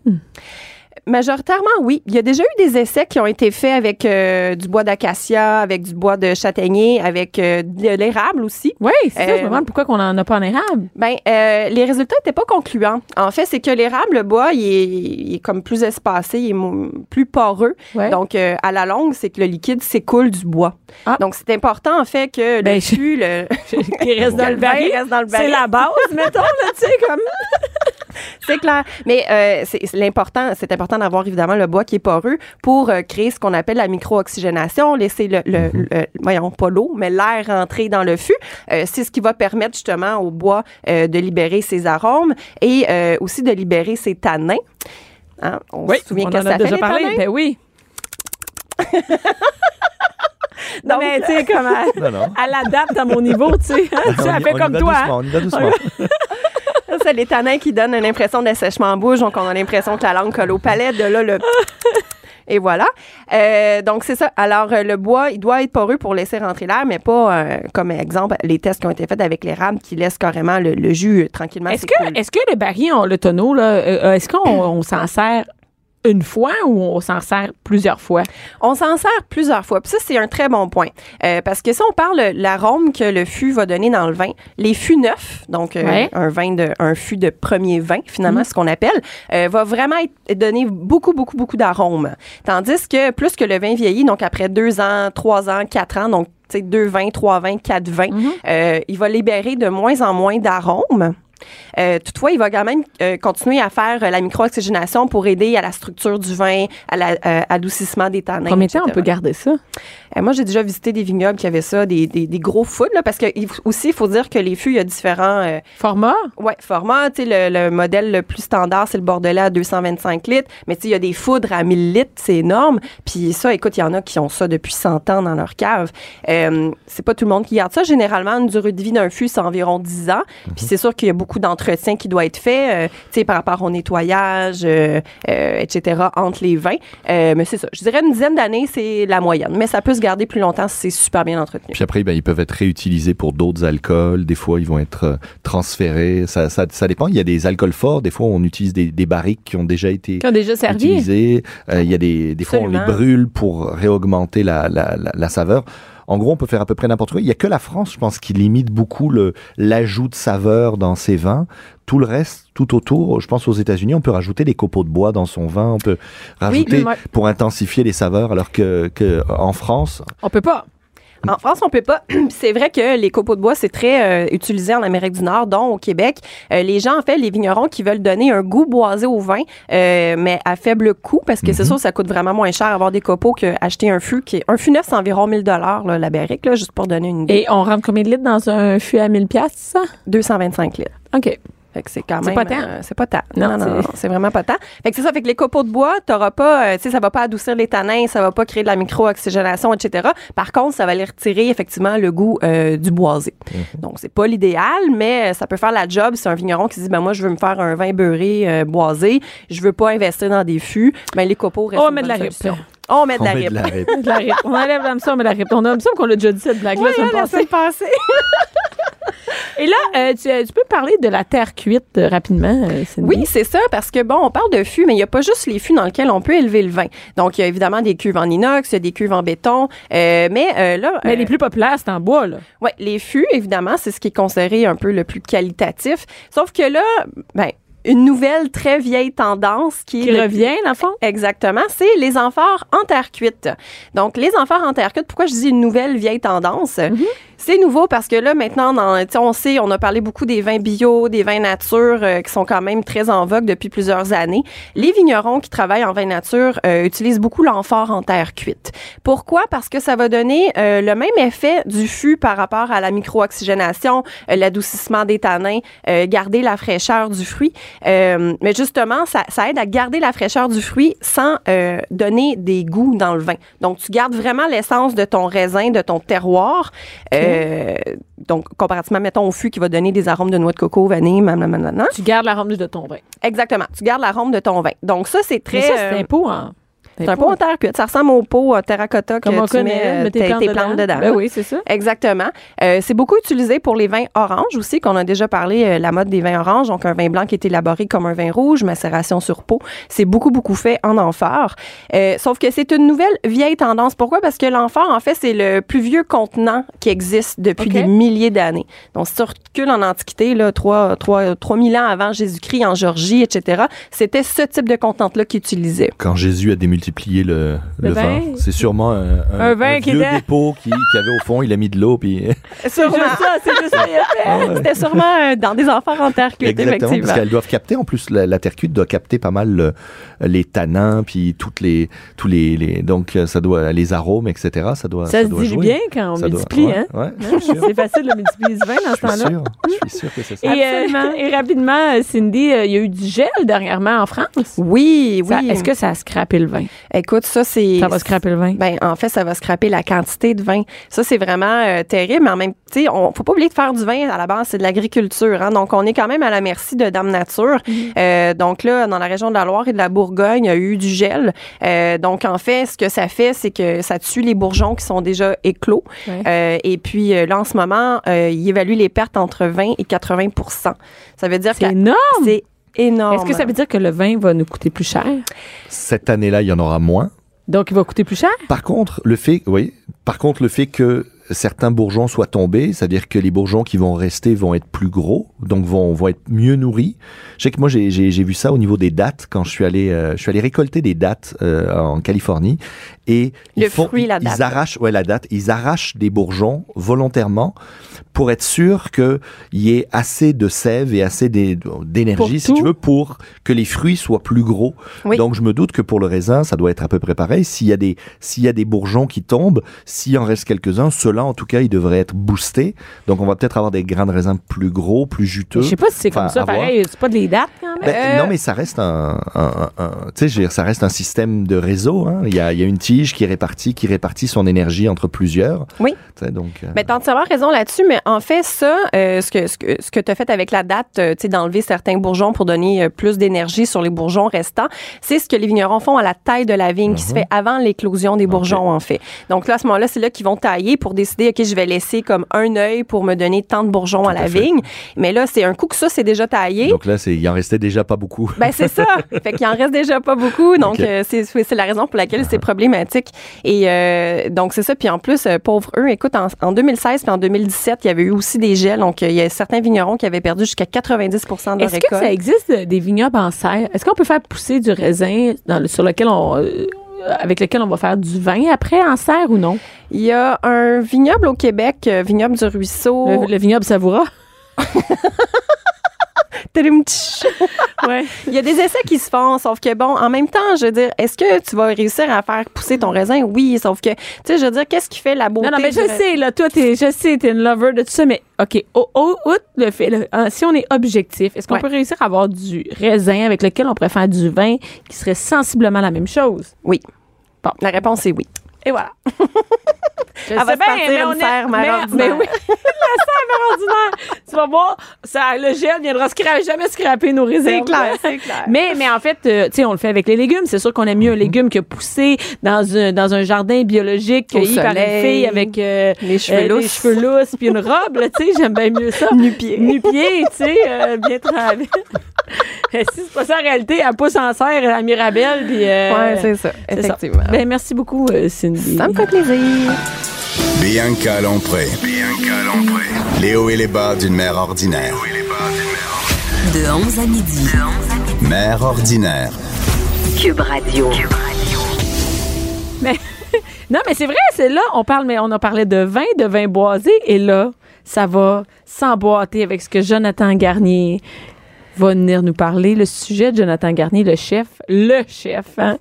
Majoritairement, oui. Il y a déjà eu des essais qui ont été faits avec euh, du bois d'acacia, avec du bois de châtaignier, avec euh, de l'érable aussi.
Oui, c'est ça. Je me
Euh,
demande pourquoi qu'on n'en a pas en érable.
Ben, euh, les résultats n'étaient pas concluants. En fait, c'est que l'érable, le bois, il est, il est comme plus espacé, il est mou- plus poreux.
Ouais. [laughs]
Donc, euh, à la longue, c'est que le liquide s'écoule du bois.
Ah.
Donc, c'est important, en fait, que
Ben,
le
je-
fût, le...
Qui [laughs] reste dans le
[laughs] le vin
baril.
reste dans le
C'est
baril.
la
[laughs]
base, mettons, là, tu sais, comme.
C'est clair. Mais euh, c'est c'est l'important, c'est important d'avoir évidemment le bois qui est poreux pour euh, créer ce qu'on appelle la micro-oxygénation, laisser le, le,
Mm-hmm.
le- voyons pas l'eau, mais l'air rentrer dans le fût. Euh, c'est ce qui va permettre justement au bois euh, de libérer ses arômes et euh, aussi de libérer ses tanins. Hein, on
Oui,
se souvient
on
que
en
ça
a
fait
déjà
les
parlé.
tanins?
Ben [laughs] oui.
Donc,
mais tu sais, comme elle,
Non, non.
elle adapte à mon niveau, tu sais.
[laughs]
hein. Tu sais,
On y-
elle fait
on y
comme
va
toi.
doucement,
hein.
On y va doucement.
c'est les tanins qui donnent une impression d'assèchement en bouche, donc on a l'impression que la langue colle au palais, de
[laughs]
là le... Et voilà. Euh, donc, c'est ça. Alors, euh, le bois, il doit être poreux pour laisser rentrer l'air, mais pas, euh, comme exemple, les tests qui ont été faits avec les rames qui laissent carrément le, le jus euh, tranquillement
Est-ce que,
s'écouler.
est-ce que le baril, on- le tonneau, là, euh, euh, est-ce qu'on on s'en sert une fois ou on s'en sert plusieurs fois?
On s'en sert plusieurs fois. Puis ça, c'est un très bon point. Euh, parce que si on parle de l'arôme que le fût va donner dans le vin, les fûts neufs, donc euh,
Ouais.
un vin de, un fût de premier vin, finalement, ce qu'on appelle, euh, va vraiment être, donner beaucoup, beaucoup, beaucoup d'arômes. Tandis que plus que le vin vieillit, donc après deux ans, trois ans, quatre ans, donc tu sais, deux vins, trois vins, quatre vins, euh, il va libérer de moins en moins d'arômes. Euh, toutefois, il va quand même euh, continuer à faire euh, la micro-oxygénation pour aider à la structure du vin, à l'adoucissement des tanins.
Combien de temps on
etc.
peut garder ça?
Euh, moi, j'ai déjà visité des vignobles qui avaient ça, des, des, des gros foods, là, parce que il f- aussi, il faut dire que les fûts, il y a différents euh,
Format?
ouais, formats. Tu sais, le, le modèle le plus standard, c'est le bordelais à 225 litres, mais tu sais, il y a des foudres à 1000 litres, c'est énorme. Puis ça, écoute, il y en a qui ont ça depuis 100 ans dans leur cave. Euh, c'est pas tout le monde qui garde ça. Généralement, une durée de vie d'un fût, c'est environ 10 ans. Puis c'est sûr qu'il y a beaucoup d'entretien qui doit être fait, euh, tu sais, par rapport au nettoyage, euh, euh, etc., entre les vins. Euh, mais c'est ça. Je dirais une dizaine d'années, c'est la moyenne. Mais ça peut se garder plus longtemps si c'est super bien entretenu.
Puis après, ben, ils peuvent être réutilisés pour d'autres alcools. Des fois, ils vont être euh, transférés. Ça, ça, ça dépend. Il y a des alcools forts. Des fois, on utilise des, des barriques qui ont déjà été
Qui ont déjà servi?
utilisées. Euh, il y a des, des fois, on les
Absolument.
brûle pour réaugmenter la, la, la, la saveur. En gros, on peut faire à peu près n'importe quoi. Il y a que la France, je pense, qui limite beaucoup le l'ajout de saveur dans ses vins. Tout le reste, tout autour, je pense aux États-Unis, on peut rajouter des copeaux de bois dans son vin. On peut rajouter
mais-
pour intensifier les saveurs. Alors que, que en France,
On peut pas.
En France, on peut pas. [clears throat] C'est vrai que les copeaux de bois, c'est très euh, utilisé en Amérique du Nord, dont au Québec. Euh, les gens, en fait, les vignerons qui veulent donner un goût boisé au vin, euh, mais à faible coût, parce que c'est sûr, ça coûte vraiment moins cher avoir des copeaux qu'acheter un fût. Qui est, un fût neuf, c'est environ 1000 dollars la barrique, là, juste pour donner une idée.
Et on rentre combien de litres dans un fût à 1000 piastres, ça?
225 litres.
OK.
Fait que c'est quand
C'est
même.
pas tant.
euh, c'est pas tant.
Non,
Non, non,
c'est-
non, c'est vraiment pas tant. Fait que c'est ça. Fait que les copeaux de bois, t'auras pas, euh, tu sais, ça va pas adoucir les tanins, ça va pas créer de la micro-oxygénation, etc. Par contre, ça va aller retirer effectivement le goût euh, du boisé.
Mhm.
Donc, c'est pas l'idéal, mais euh, ça peut faire la job. C'est un vigneron qui se dit, ben moi, je veux me faire un vin beurré euh, boisé, je veux pas investir dans des fûts. Ben les copeaux restent.
On
une
met de
bonne
la rip.
solution. On met de
on
la
met de
rip.
la rip.
De [laughs] la rip. On enlève l'hameçon, on met de la rip. On a l'impression qu'on l'a déjà dit cette blague-là,
Ouais,
ça me
la
passait.
semaine passée.
Et là, euh, tu, euh, tu peux parler de la terre cuite euh, rapidement, euh, Cindy?
Oui, c'est ça, parce que bon, on parle de fûts, mais il n'y a pas juste les fûts dans lesquels on peut élever le vin. Donc, il y a évidemment des cuves en inox, il y a des cuves en béton, euh, mais euh, là,
Mais
euh,
les plus populaires, c'est en bois, là.
ouais, les fûts, évidemment, c'est ce qui est considéré un peu le plus qualitatif. Sauf que là, ben, une nouvelle très vieille tendance qui, est
Qui
le-
revient, dans le fond?
Exactement, c'est les amphores en terre cuite. Donc, les amphores en terre cuite, pourquoi je dis une nouvelle vieille tendance? C'est nouveau parce que là, maintenant, dans- tu sais, on sait, on a parlé beaucoup des vins bio, des vins nature euh, qui sont quand même très en vogue depuis plusieurs années. Les vignerons qui travaillent en vin nature euh, utilisent beaucoup l'amphore en terre cuite. Pourquoi? Parce que ça va donner euh, le même effet du fût par rapport à la micro-oxygénation, euh, l'adoucissement des tanins, euh, garder la fraîcheur du fruit. Euh, mais justement, ça, ça aide à garder la fraîcheur du fruit sans euh, donner des goûts dans le vin. Donc, tu gardes vraiment l'essence de ton raisin, de ton terroir. Euh, donc, comparativement, mettons, au fût qui va donner des arômes de noix de coco, vanille, blablabla.
Tu gardes l'arôme de ton vin.
Exactement. Tu gardes l'arôme de ton vin. Donc, ça, c'est très...
Mais ça, c'est
euh,
un pot hein. en...
c'est un pot en terre cuite. Ça ressemble au pot euh, terracotta que
Comme on
tu mets,
connaît,
euh,
mets
tes, tes plantes dedans.
Ben oui, c'est ça.
Exactement. Euh, c'est beaucoup utilisé pour les vins oranges aussi, qu'on a déjà parlé, euh, la mode des vins oranges. Donc, un vin blanc qui est élaboré comme un vin rouge, macération sur peau. C'est beaucoup, beaucoup fait en amphore. Euh, sauf que c'est une nouvelle vieille tendance. Pourquoi? Parce que l'amphore, en fait, c'est le plus vieux contenant qui existe depuis
Ok.
des milliers d'années. Donc, si tu recules en Antiquité, là, 3, 3, 3000 ans avant Jésus-Christ, en Georgie, etc., c'était ce type de contenant-là qu'ils utilisaient.
quand Jésus a démultiplié le,
Le
le vin,
vin.
c'est sûrement un, un-
Un vin
un
qui
vieux
était-
dépôt qui, qui avait au fond, il a mis de l'eau, puis
C'est juste ça, c'est juste ça.
C'était sûrement euh, dans des enfants en terre cuite,
exactement,
effectivement.
parce qu'elles doivent capter. En plus, la, la terre cuite doit capter pas mal le- les tanins, puis toutes les, tous les, les- donc euh, ça doit les arômes, etc. Ça doit,
Ça se
doit
dit
jouer.
bien quand on
Ça doit-
multiplie,
ouais,
hein? [laughs]
ouais, je suis sûr.
C'est facile de multiplier du vin dans ce
Je suis
temps-là.
sûr, je suis sûr que c'est ça.
Et, euh, et rapidement, euh, Cindy, euh, il y a eu du gel dernièrement en France.
Oui,
Ça-
oui.
Est-ce que ça a scrappé le vin?
Écoute, ça, c'est.
Ça va scraper le vin?
Ben, en fait, ça va scraper la quantité de vin. Ça, c'est vraiment euh, terrible. Mais en même temps, on faut pas oublier de faire du vin. À la base, c'est de l'agriculture. hein. donc, on est quand même à la merci de Dame Nature.
Mmh.
Euh, donc là, dans la région de la Loire et de la Bourgogne, il y a eu du gel. Euh, donc, en fait, ce que ça fait, c'est que ça tue les bourgeons qui sont déjà éclos.
Ouais.
Euh, et puis, euh, là, en ce moment, euh, il évalue les pertes entre 20 et 80 Ça veut dire
c'est
que
énorme!
c'est énorme.
Est-ce que ça veut dire que le vin va nous coûter plus cher?
Cette année-là, il y en aura moins.
Donc, il va coûter plus cher?
Par contre, le fait, oui, par contre, le fait que certains bourgeons soient tombés, c'est-à-dire que les bourgeons qui vont rester vont être plus gros, donc vont, vont être mieux nourris. Je sais que moi, j'ai, j'ai, j'ai vu ça au niveau des dates quand je suis allé, euh, je suis allé récolter des dates euh, en Californie et
Le
ils font,
fruit, la
ils-
date.
ils arrachent, ouais, la date, ils arrachent des bourgeons volontairement pour être sûr que y ait assez de sève et assez d'é- d'énergie,
Pour
si tu
tout.
veux, pour que les fruits soient plus gros.
Oui.
Donc, je me doute que pour le raisin, ça doit être à peu près pareil. S'il y a des, s'il y a des bourgeons qui tombent, s'il en reste quelques-uns, ceux-là, en tout cas, ils devraient être boostés. Donc, on va peut-être avoir des grains de raisin plus gros, plus juteux.
Je sais pas si c'est comme
Enfin,
ça,
à voir.
pareil. C'est pas des dates, quand même.
Ben,
Euh,
Non, mais ça reste un, un- un- un- tu sais, je veux dire, ça reste un système de réseau. hein. Il y, a, il y a une tige qui répartit, qui répartit son énergie entre plusieurs.
Oui.
Tu sais, donc. euh,
Ben,
Mais Ben, t'as entièrement raison là-dessus, mais en fait, ça, euh, ce que, ce que, ce que tu as fait avec la date, euh, tu sais, d'enlever certains bourgeons pour donner euh, plus d'énergie sur les bourgeons restants, c'est ce que les vignerons font à la taille de la vigne qui se fait avant l'éclosion des bourgeons, en fait. Donc là, à ce moment-là, c'est là qu'ils vont tailler pour décider, OK, je vais laisser comme un œil pour me donner tant de bourgeons à, la
à fait.
vigne. Mais là, c'est un coup que ça, c'est déjà taillé.
donc là, c'est, il en restait déjà pas beaucoup.
Ben c'est ça.
[laughs]
fait qu'il en reste déjà pas beaucoup. Donc
Ok.
euh, c'est c'est la raison pour laquelle c'est problématique. Et euh, donc c'est ça. Puis en plus, euh, pauvre eux, écoute, en, en 2016 puis en 2017, il y avait eu aussi des gels. Donc euh, il y a certains vignerons qui avaient perdu jusqu'à 90 de leur
Est-ce que
récolte.
ça existe euh, des vignobles en serre? Est-ce qu'on peut faire pousser du raisin dans le- sur lequel on, euh, avec lequel on va faire du vin après en serre ou non?
Il y a un vignoble au Québec, euh, vignoble du ruisseau.
Le, le vignoble savoura?
Tadam, tch.
Ouais.
Il y a des essais qui se font, sauf que bon, en même temps, je veux dire, est-ce que tu vas réussir à faire pousser ton raisin? Oui, sauf que, tu sais, je veux dire, qu'est-ce qui fait la
[laughs]
beauté?
Non, non, mais
du
je
raisin?
sais, là, toi, t'es, je sais, t'es une lover de tout ça, mais OK, au, au- outre le fait, le- hein, si on est objectif, est-ce qu'on
Ouais.
peut réussir à avoir du raisin avec lequel on pourrait faire du vin qui serait sensiblement la même chose?
Oui.
Bon.
La réponse est oui.
Et voilà. Je
Elle va se partir une
est-
serre mère
mais, mais
ordinaire.
oui, [laughs] la serre mère ordinaire. Tu vas voir, ça, le gel viendra scra- jamais scraper nos réserves.
c'est clair.
Mais, mais en fait, euh, tu sais, on le fait avec les légumes. C'est sûr qu'on aime mieux un légume que pousser dans un, dans un jardin biologique
Au
cueilli par une
soleil.
fille avec euh,
Les cheveux
euh, les
lousses.
cheveux lousses puis une robe. là, Tu sais, j'aime bien mieux ça.
Nu-pieds.
Nu-pieds, tu sais, euh, bien
[laughs]
travaillé. si c'est pas ça en réalité, elle pousse en serre à Mirabelle puis... euh,
Ouais, c'est ça,
c'est ça.
effectivement.
Ben, merci beaucoup, euh, Cindy.
Ça me fait plaisir.
Bianca Lompré. Les hauts et les bas d'une mère ordinaire.
De 11 à midi.
Mère ordinaire.
Cube Radio.
Mais- [laughs] non, mais c'est vrai, c'est là, on parle, mais on a parlé de vin, de vin boisé, et là, ça va s'emboîter avec ce que Jonathan Garnier va venir nous parler. Le sujet de Jonathan Garnier, le chef, le chef, hein,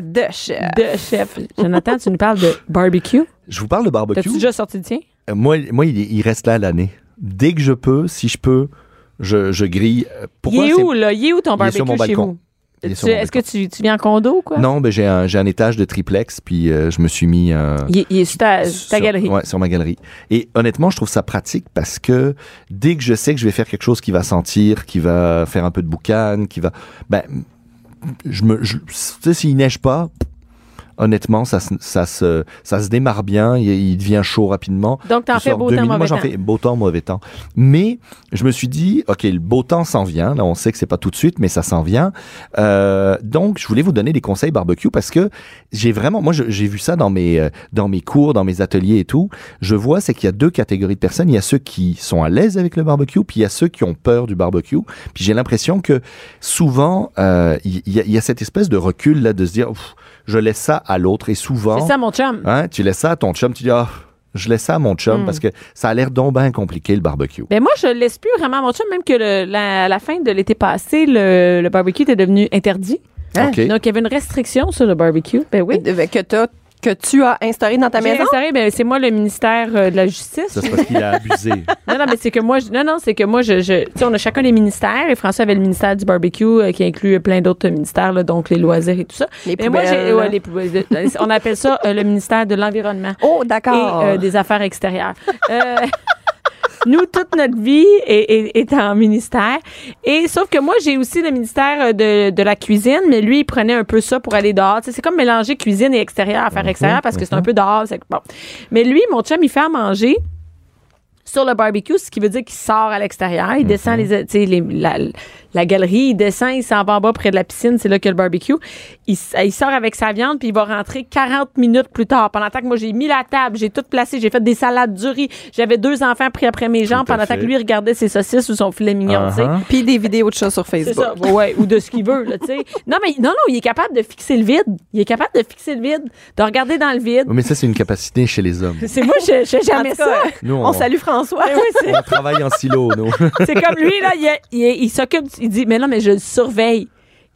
De chef.
de chef. Jonathan, tu nous parles de barbecue.
Je vous parle de barbecue.
T'as-tu déjà sorti le tien?
Euh, Moi, moi il, il reste là à l'année. Dès que je peux, si je peux, je, je grille. Euh, Pourquoi
il est
c'est-
où, là? Il est où ton
Il est
barbecue
sur mon
chez
balcon.
vous?
Il est
Tu-
sur mon
Est-ce que tu, tu viens en condo ou quoi?
Non, mais j'ai un, j'ai un étage de triplex, puis euh, je me suis mis. euh,
Il, est- il est sur ta,
sur-
ta galerie.
ouais, sur ma galerie. Et honnêtement, je trouve ça pratique parce que dès que je sais que je vais faire quelque chose qui va sentir, qui va faire un peu de boucan, qui va. Ben, je me. je- tu sais, s'il neige pas. Honnêtement, ça, se- ça, se, ça se démarre bien, il, il devient chaud rapidement.
Donc, t'en
Je
fais
sors
beau
deux
temps, mauvais
minutes. Moi, j'en
temps.
fais beau temps, mauvais temps. Mais je me suis dit, OK, le beau temps s'en vient. Là, on sait que c'est pas tout de suite, mais ça s'en vient. Euh, donc, je voulais vous donner des conseils barbecue parce que j'ai vraiment, moi, je- j'ai vu ça dans mes, euh, dans mes cours, dans mes ateliers et tout. Je vois, c'est qu'il y a deux catégories de personnes. Il y a ceux qui sont à l'aise avec le barbecue, puis il y a ceux qui ont peur du barbecue. Puis j'ai l'impression que souvent, euh, il y, a- il y a cette espèce de recul là, de se dire, Ouf, je laisse ça à l'autre. Et souvent,
C'est ça, mon chum.
Hein, tu laisses ça à ton chum, tu dis ah, je laisse ça à mon
Hmm.
chum parce que ça a l'air donc bien compliqué le barbecue.
Ben moi, je laisse plus vraiment à mon chum, même que le- la, à la fin de l'été passé, le, le barbecue était devenu interdit.
Ok.
Donc, il y avait une restriction sur le barbecue. Ben oui.
De- Eh Que, t'as- que tu as instauré dans ta
J'ai
maison.
instauré, ben, c'est moi le ministère euh, de la Justice.
Ça c'est parce qu'il
[laughs]
a abusé.
Non, non, mais c'est que moi, je- non, non, c'est que moi, je, je- tu sais, on a chacun les ministères et François avait le ministère du barbecue euh, qui inclut euh, plein d'autres ministères, là, donc les loisirs et tout ça.
Les
Mais moi, j'ai-
poubelles.
ouais, les poubelles. on appelle ça euh, le ministère de l'environnement.
Oh,
et euh, des affaires extérieures. Euh, [laughs] nous, toute notre vie est, est- est en ministère. Et sauf que moi, j'ai aussi le ministère euh, de, de la cuisine, mais lui, il prenait un peu ça pour aller dehors. Tu sais, c'est comme mélanger cuisine et extérieur, affaires extérieures, parce que c'est un peu dehors. c'est- bon. Mais lui, mon chum, il fait à manger
Mhm.
sur le barbecue, ce qui veut dire qu'il sort à l'extérieur, il descend euh, les, tu sais, les- la, la galerie, il descend, il s'en va en bas près de la piscine, c'est là qu'il y a le barbecue. Il, s- il sort avec sa viande, puis il va rentrer 40 minutes plus tard. Pendant tant que moi, j'ai mis la table, j'ai tout placé, j'ai fait des salades du riz, j'avais deux enfants pris après mes jambes,
Tout à
pendant tant que
fait.
lui il regardait ses saucisses ou son filet mignon, tu sais.
Uh-huh.
Puis des vidéos de chats sur
C'est
Facebook.
ça, bah ouais, ou de ce qu'il veut, là, tu sais. Non, mais non, non, il est capable de fixer le vide. Il est capable de fixer le vide, de regarder dans le vide.
Oui, Oh, Mais ça, c'est une capacité chez
[laughs]
les hommes.
C'est moi, je, je fais jamais
En tout cas,
ça.
Nous, on,
On salue François.
Mais oui, c'est-
on travaille en silo,
[laughs]
nous.
C'est comme lui, là, il, il- il s'occupe, il dit, mais non, mais je le surveille.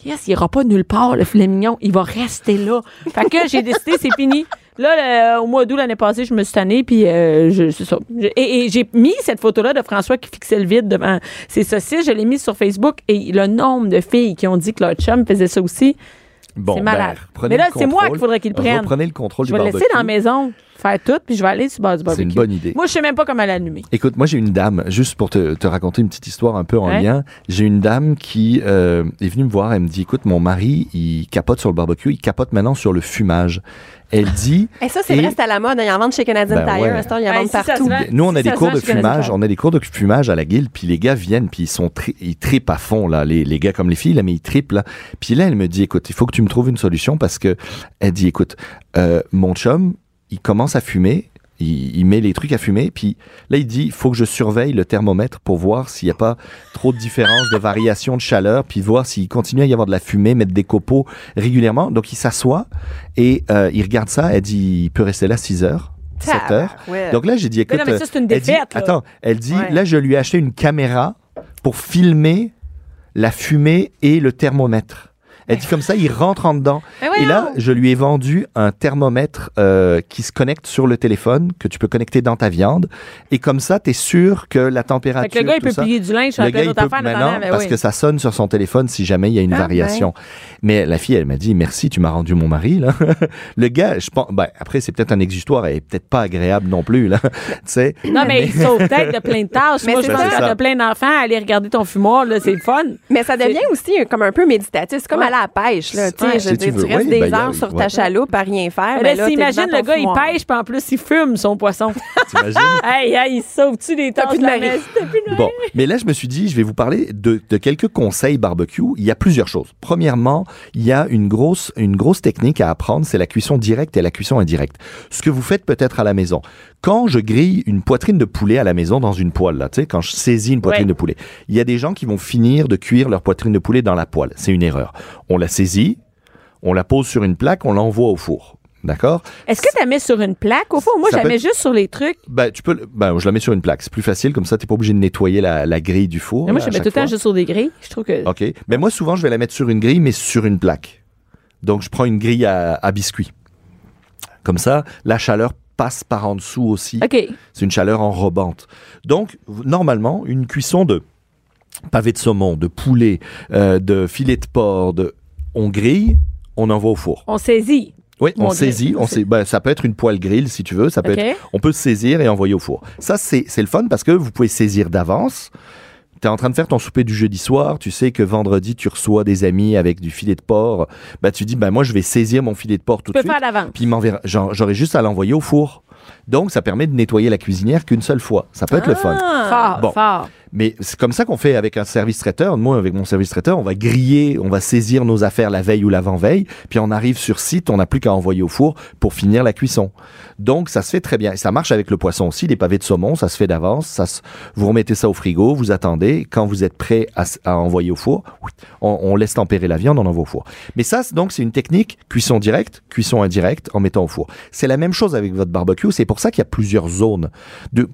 Yes, il ira pas nulle part, le filet mignon. Il va rester là. Fait que j'ai décidé, c'est fini. Là, le- au mois d'août l'année passée, je me suis tannée, puis euh, je, c'est ça. Je- et et j'ai mis cette photo-là de François qui fixait le vide devant ses saucisses. Je l'ai mise sur Facebook et le nombre de filles qui ont dit que leur chum faisait ça aussi,
Bon,
c'est malade.
ben, prenez
mais là,
le
c'est moi
contrôle.
qu'il faudrait qu'il prenne.
Reprenez le contrôle
Je
du
vais le
Oh, barbecue.
laisser dans la maison, faire tout, puis je vais aller sur le bord du
C'est
barbecue.
une bonne idée.
Moi, je sais même pas comment l'allumer.
Écoute, moi j'ai une dame, juste pour te, te raconter une petite histoire un peu en
Ouais.
lien, j'ai une dame qui euh, est venue me voir, elle me dit, écoute, mon mari, il capote sur le barbecue, il capote maintenant sur le fumage. Elle dit,
Et ça, c'est
Et-
vrai, c'est à la mode. hein. Ils en vendent chez Canadian
Ben
Tire.
ouais.
à cette heure, Ils en
Ouais,
vendent
si ça se
partout.
vend. Ouais,
nous on
si
a des
ça
cours
se
de
fait, Canadian
fumage,
Tire.
on a des cours de fumage à la guilde, puis les gars viennent, puis ils sont tri- ils tripent à fond là, les, les gars comme les filles là, mais ils tripent là. Puis là elle me dit, écoute, il faut que tu me trouves une solution parce que elle dit, écoute, euh, mon chum, il commence à fumer. Il, il met les trucs à fumer, puis là il dit, faut que je surveille le thermomètre pour voir s'il n'y a pas trop de différences, de variations de chaleur, puis voir s'il continue à y avoir de la fumée, mettre des copeaux régulièrement. Donc il s'assoit et euh, il regarde ça. Elle dit, il peut rester là 6 heures, 7 heures.
Ouais.
Donc là j'ai dit,
Euh, Mais
écoute, euh,
non, mais ça, c'est une
elle dit,
défaite. là.
attends, elle dit,
Ouais.
là je lui ai acheté une caméra pour filmer la fumée et le thermomètre. Elle dit comme ça, il rentre en dedans.
Ben
Et
oh.
là, je lui ai vendu un thermomètre euh, qui se connecte sur le téléphone, que tu peux connecter dans ta viande. Et comme ça, tu es sûr que la
Fait
température.
que le gars, il
tout
peut
ça,
plier du linge sur
le
plein
gars, il
d'autres
peut
affaires.
mais
notamment,
non,
mais
parce
oui. ben.
que ça sonne sur son téléphone si jamais il y a une
Ah,
variation. Mais la fille, elle m'a dit, merci, tu m'as rendu mon mari. Là. [laughs] le gars, je pense, ben, après, c'est peut-être un exutoire et peut-être pas agréable non plus. Là. [laughs] tu
[laughs]
sais,
Non, mais
[laughs]
il sauve peut-être de plein de tâches.
Mais
Moi, je
c'est
pense
ça.
que quand t'as plein d'enfants, aller regarder ton fumoir, là, c'est le fun.
Mais ça devient aussi euh, comme un peu méditatif. C'est comme aller à la pêche. Là, tu sais,
Ouais,
je
si
veux dire,
tu veux.
tu restes
Ouais,
des
ben, y a-
heures sur ta
ouais.
chaloupe à rien faire.
Mais
ben là,
là,
t'es
s'imagine,
devant
le
ton
gars, il
fumoir.
pêche, puis en plus, il fume son
[laughs]
poisson.
t'imagines?
hey, hey, il sauve-tu des tâches
plus de
de la
mari.
messe? T'as plus de-
Bon, mais là, je me suis dit, je vais vous parler de, de quelques conseils barbecue. Il y a plusieurs choses. Premièrement, il y a une grosse, une grosse technique à apprendre, c'est la cuisson directe et la cuisson indirecte. Ce que vous faites peut-être à la maison. Quand je grille une poitrine de poulet à la maison dans une poêle, là, tu sais, quand je saisis une poitrine
Ouais.
de poulet, il y a des gens qui vont finir de cuire leur poitrine de poulet dans la poêle. C'est une erreur. On la saisit, on la pose sur une plaque, on l'envoie au four. D'accord
Est-ce que tu la mets sur une plaque? Au fond, moi, je
Ça
la
peut
mets
être-
juste sur les trucs.
Ben, tu peux. le- Ben, je la mets sur une plaque. C'est plus facile, comme ça, t'es pas obligé de nettoyer la, la grille du four.
Mais moi,
là,
je la mets
à
tout le
chaque fois.
temps juste sur des grilles. Je trouve que.
OK. Mais moi, souvent, je vais la mettre sur une grille, mais sur une plaque. Donc, je prends une grille à, à biscuits. Comme ça, la chaleur passe par en dessous aussi.
OK.
C'est une chaleur enrobante. Donc, v- normalement, une cuisson de pavé de saumon, de poulet, euh, de filet de porc, de... on grille, on envoie au four.
On saisit.
Oui,
Mon
on
Dieu.
saisit. On sais- ben, ça peut être une poêle grille, si tu veux. Ça peut
OK.
être, on peut saisir et envoyer au four. Ça, c'est c'est le fun parce que vous pouvez saisir d'avance. Tu es en train de faire ton souper du jeudi soir. Tu sais que vendredi, tu reçois des amis avec du filet de porc. Ben, tu dis, ben, moi, je vais saisir mon filet de porc tout
Tu
de
peux
suite.
faire d'avance.
Puis il m'enverra- j'en- j'aurai juste à l'envoyer au four. Donc, ça permet de nettoyer la cuisinière qu'une seule fois. Ça peut être
Ah.
le fun.
Fort,
Bon.
fort.
Mais c'est comme ça qu'on fait avec un service traiteur. Moi, avec mon service traiteur, on va griller, on va saisir nos affaires la veille ou l'avant-veille, puis on arrive sur site, on n'a plus qu'à envoyer au four pour finir la cuisson. Donc, ça se fait très bien. Et ça marche avec le poisson aussi, les pavés de saumon, ça se fait d'avance. Ça se- Vous remettez ça au frigo, vous attendez. Quand vous êtes prêt à, s- à envoyer au four, on, on laisse tempérer la viande, on envoie au four. Mais ça, c'est- donc, c'est une technique cuisson directe, cuisson indirecte, en mettant au four. C'est la même chose avec votre barbecue. C'est pour ça qu'il y a plusieurs zones. De,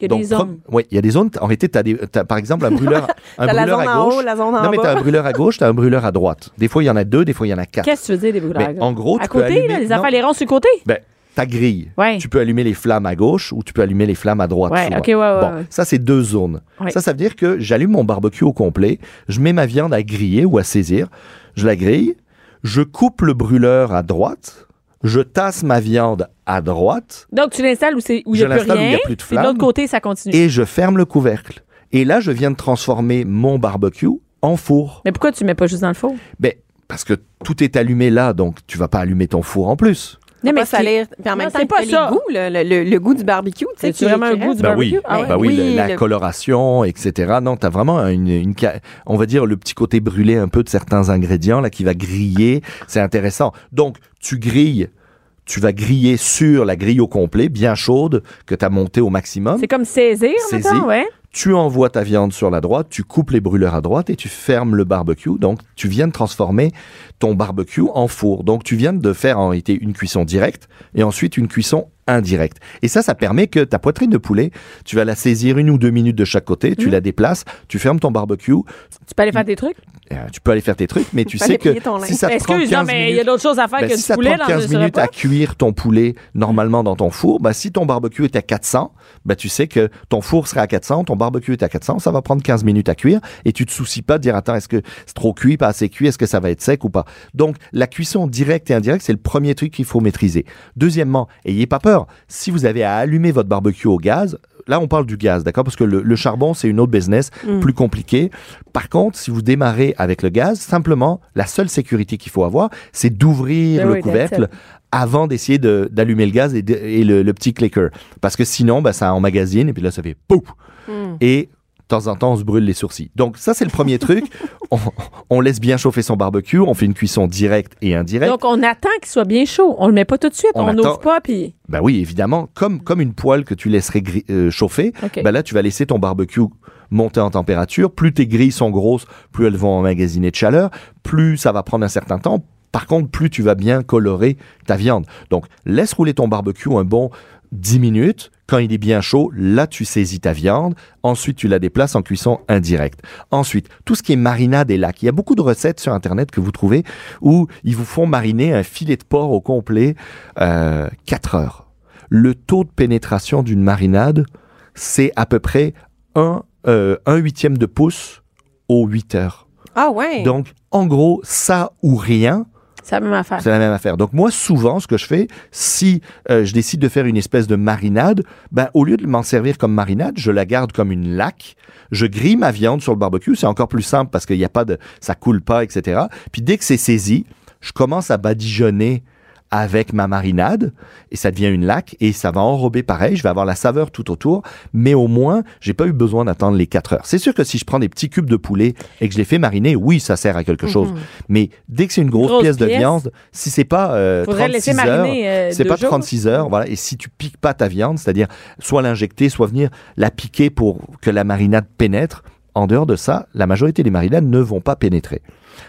Il y a
donc,
des zones.
pre- ouais, il y a des zones. En réalité, tu as, par exemple
[laughs]
un brûleur, un
T'as la
brûleur
zone
à
en
gauche.
haut, la zone en
non, mais t'as
bas.
un brûleur à gauche, t'as un brûleur à droite. Des fois, il y en a deux, des fois, il y en a quatre.
Qu'est-ce que tu veux dire des brûleurs?
Mais en gros,
À
tu peux
côté,
allumer-
là, les
non.
affaires, les ronds sur le côté?
Ben, ta grille.
Ouais.
Tu peux allumer les flammes à gauche ou tu peux allumer les flammes à droite.
Ouais,
souvent.
ok, ouais, ouais,
Bon,
ouais.
ça, c'est deux zones.
Ouais.
Ça, ça veut dire que j'allume mon barbecue au complet, je mets ma viande à griller ou à saisir, je la grille, je coupe le brûleur à droite, je tasse ma viande à droite,
Donc, tu l'installes où c'est- où il n'y
Je
a plus
l'installe où il y a
rien.
plus de
Puis de l'autre
flamme.
côté, ça continue.
et je ferme le couvercle. Et là, je viens de transformer mon barbecue en four.
Mais pourquoi tu mets pas juste dans le four?
Ben, parce que tout est allumé là, donc tu vas pas allumer ton four en plus.
Non,
Eh,
mais
mais c'est-
salir. Puis en même
Non,
temps,
c'est pas
il fait
ça.
les goûts, le, le- le- le goût du barbecue, tu sais.
C'est
qui-
vraiment
qui
un goût
reste.
du
Ben oui,
barbecue. Ah ouais.
Ben oui,
Oui,
le- la
le-
coloration, etc. Non, t'as vraiment une, une ca- on va dire, le petit côté brûlé un peu de certains ingrédients là qui va griller. C'est intéressant. Donc, tu grilles, tu vas griller sur la grille au complet, bien chaude, que t'as montée au maximum.
C'est comme saisir,
Saisir.
mettons, ouais.
Tu envoies ta viande sur la droite, tu coupes les brûleurs à droite et tu fermes le barbecue. Donc, tu viens de transformer ton barbecue en four. Donc, tu viens de faire en réalité une cuisson directe et ensuite une cuisson indirecte. Et ça, ça permet que ta poitrine de poulet, tu vas la saisir une ou deux minutes de chaque côté,
Mmh.
tu la déplaces, tu fermes ton barbecue,
Tu peux aller faire des trucs.
Euh, tu peux aller faire tes trucs, mais tu
Faut
sais
aller
que
plier ton linge.
si ça te prend 15
Excuse, non, mais il y a
minutes,
d'autres choses à faire
ben,
que
si
du
ça te
poulet
prend
dans
15
ce
minutes
repas.
à cuire ton poulet normalement dans ton four, ben, si ton barbecue est à 400, ben, tu sais que ton four sera à 400, ton barbecue est à 400, ça va prendre 15 minutes à cuire et tu te soucies pas de dire attends, est-ce que c'est trop cuit, pas assez cuit, est-ce que ça va être sec ou pas. Donc, la cuisson directe et indirecte, c'est le premier truc qu'il faut maîtriser. Deuxièmement, ayez pas peur, si vous avez à allumer votre barbecue au gaz, Là, on parle du gaz, d'accord Parce que le, le charbon, c'est une autre business
Mm.
plus compliquée. Par contre, si vous démarrez avec le gaz, simplement, la seule sécurité qu'il faut avoir, c'est d'ouvrir
Ben
le
oui,
couvercle
that's
avant d'essayer de- d'allumer le gaz et, de- et le, le petit clicker. Parce que sinon, ben, ça emmagasine et puis là, ça fait pouf Et de temps en temps, on se brûle les sourcils. Donc, ça, c'est le premier truc. [laughs] On, on laisse bien chauffer son barbecue, on fait une cuisson directe et indirecte.
Donc, on attend qu'il soit bien chaud. On le met pas tout de suite.
On
On n'ouvre
attend.
pas, puis...
Ben oui, évidemment, comme, comme une poêle que tu laisserais gri- euh, chauffer,
OK.
ben là, tu vas laisser ton barbecue monter en température. Plus tes grilles sont grosses, plus elles vont emmagasiner de chaleur, plus ça va prendre un certain temps. Par contre, plus tu vas bien colorer ta viande. Donc, laisse rouler ton barbecue un bon 10 minutes. Quand il est bien chaud, là, tu saisis ta viande. Ensuite, tu la déplaces en cuisson indirecte. Ensuite, tout ce qui est marinade et lac. Il y a beaucoup de recettes sur Internet que vous trouvez où ils vous font mariner un filet de porc au complet euh, 4 heures. Le taux de pénétration d'une marinade, c'est à peu près 1, huitième de pouce aux 8 heures.
Ah ouais.
Donc, en gros, ça ou rien,
C'est la même affaire.
c'est la même affaire. Donc moi, souvent, ce que je fais, si euh, je décide de faire une espèce de marinade, ben, au lieu de m'en servir comme marinade, je la garde comme une laque. Je grille ma viande sur le barbecue. C'est encore plus simple parce qu'il n'y a pas de, ça coule pas, etc. Puis dès que c'est saisi, je commence à badigeonner avec ma marinade et ça devient une laque et ça va enrober pareil. Je vais avoir la saveur tout autour, mais au moins, j'ai pas eu besoin d'attendre les 4 heures. C'est sûr que si je prends des petits cubes de poulet et que je les fais mariner, oui, ça sert à quelque chose. Mais dès que c'est une grosse
Mhm. Grosse
pièce de
pièce.
viande, si c'est pas euh,
Faudrait
36
laisser
heures,
mariner euh,
c'est
deux
pas
jours.
36 heures, voilà. Et si tu piques pas ta viande, c'est-à-dire soit l'injecter, soit venir la piquer pour que la marinade pénètre. En dehors de ça, la majorité des marinades ne vont pas pénétrer.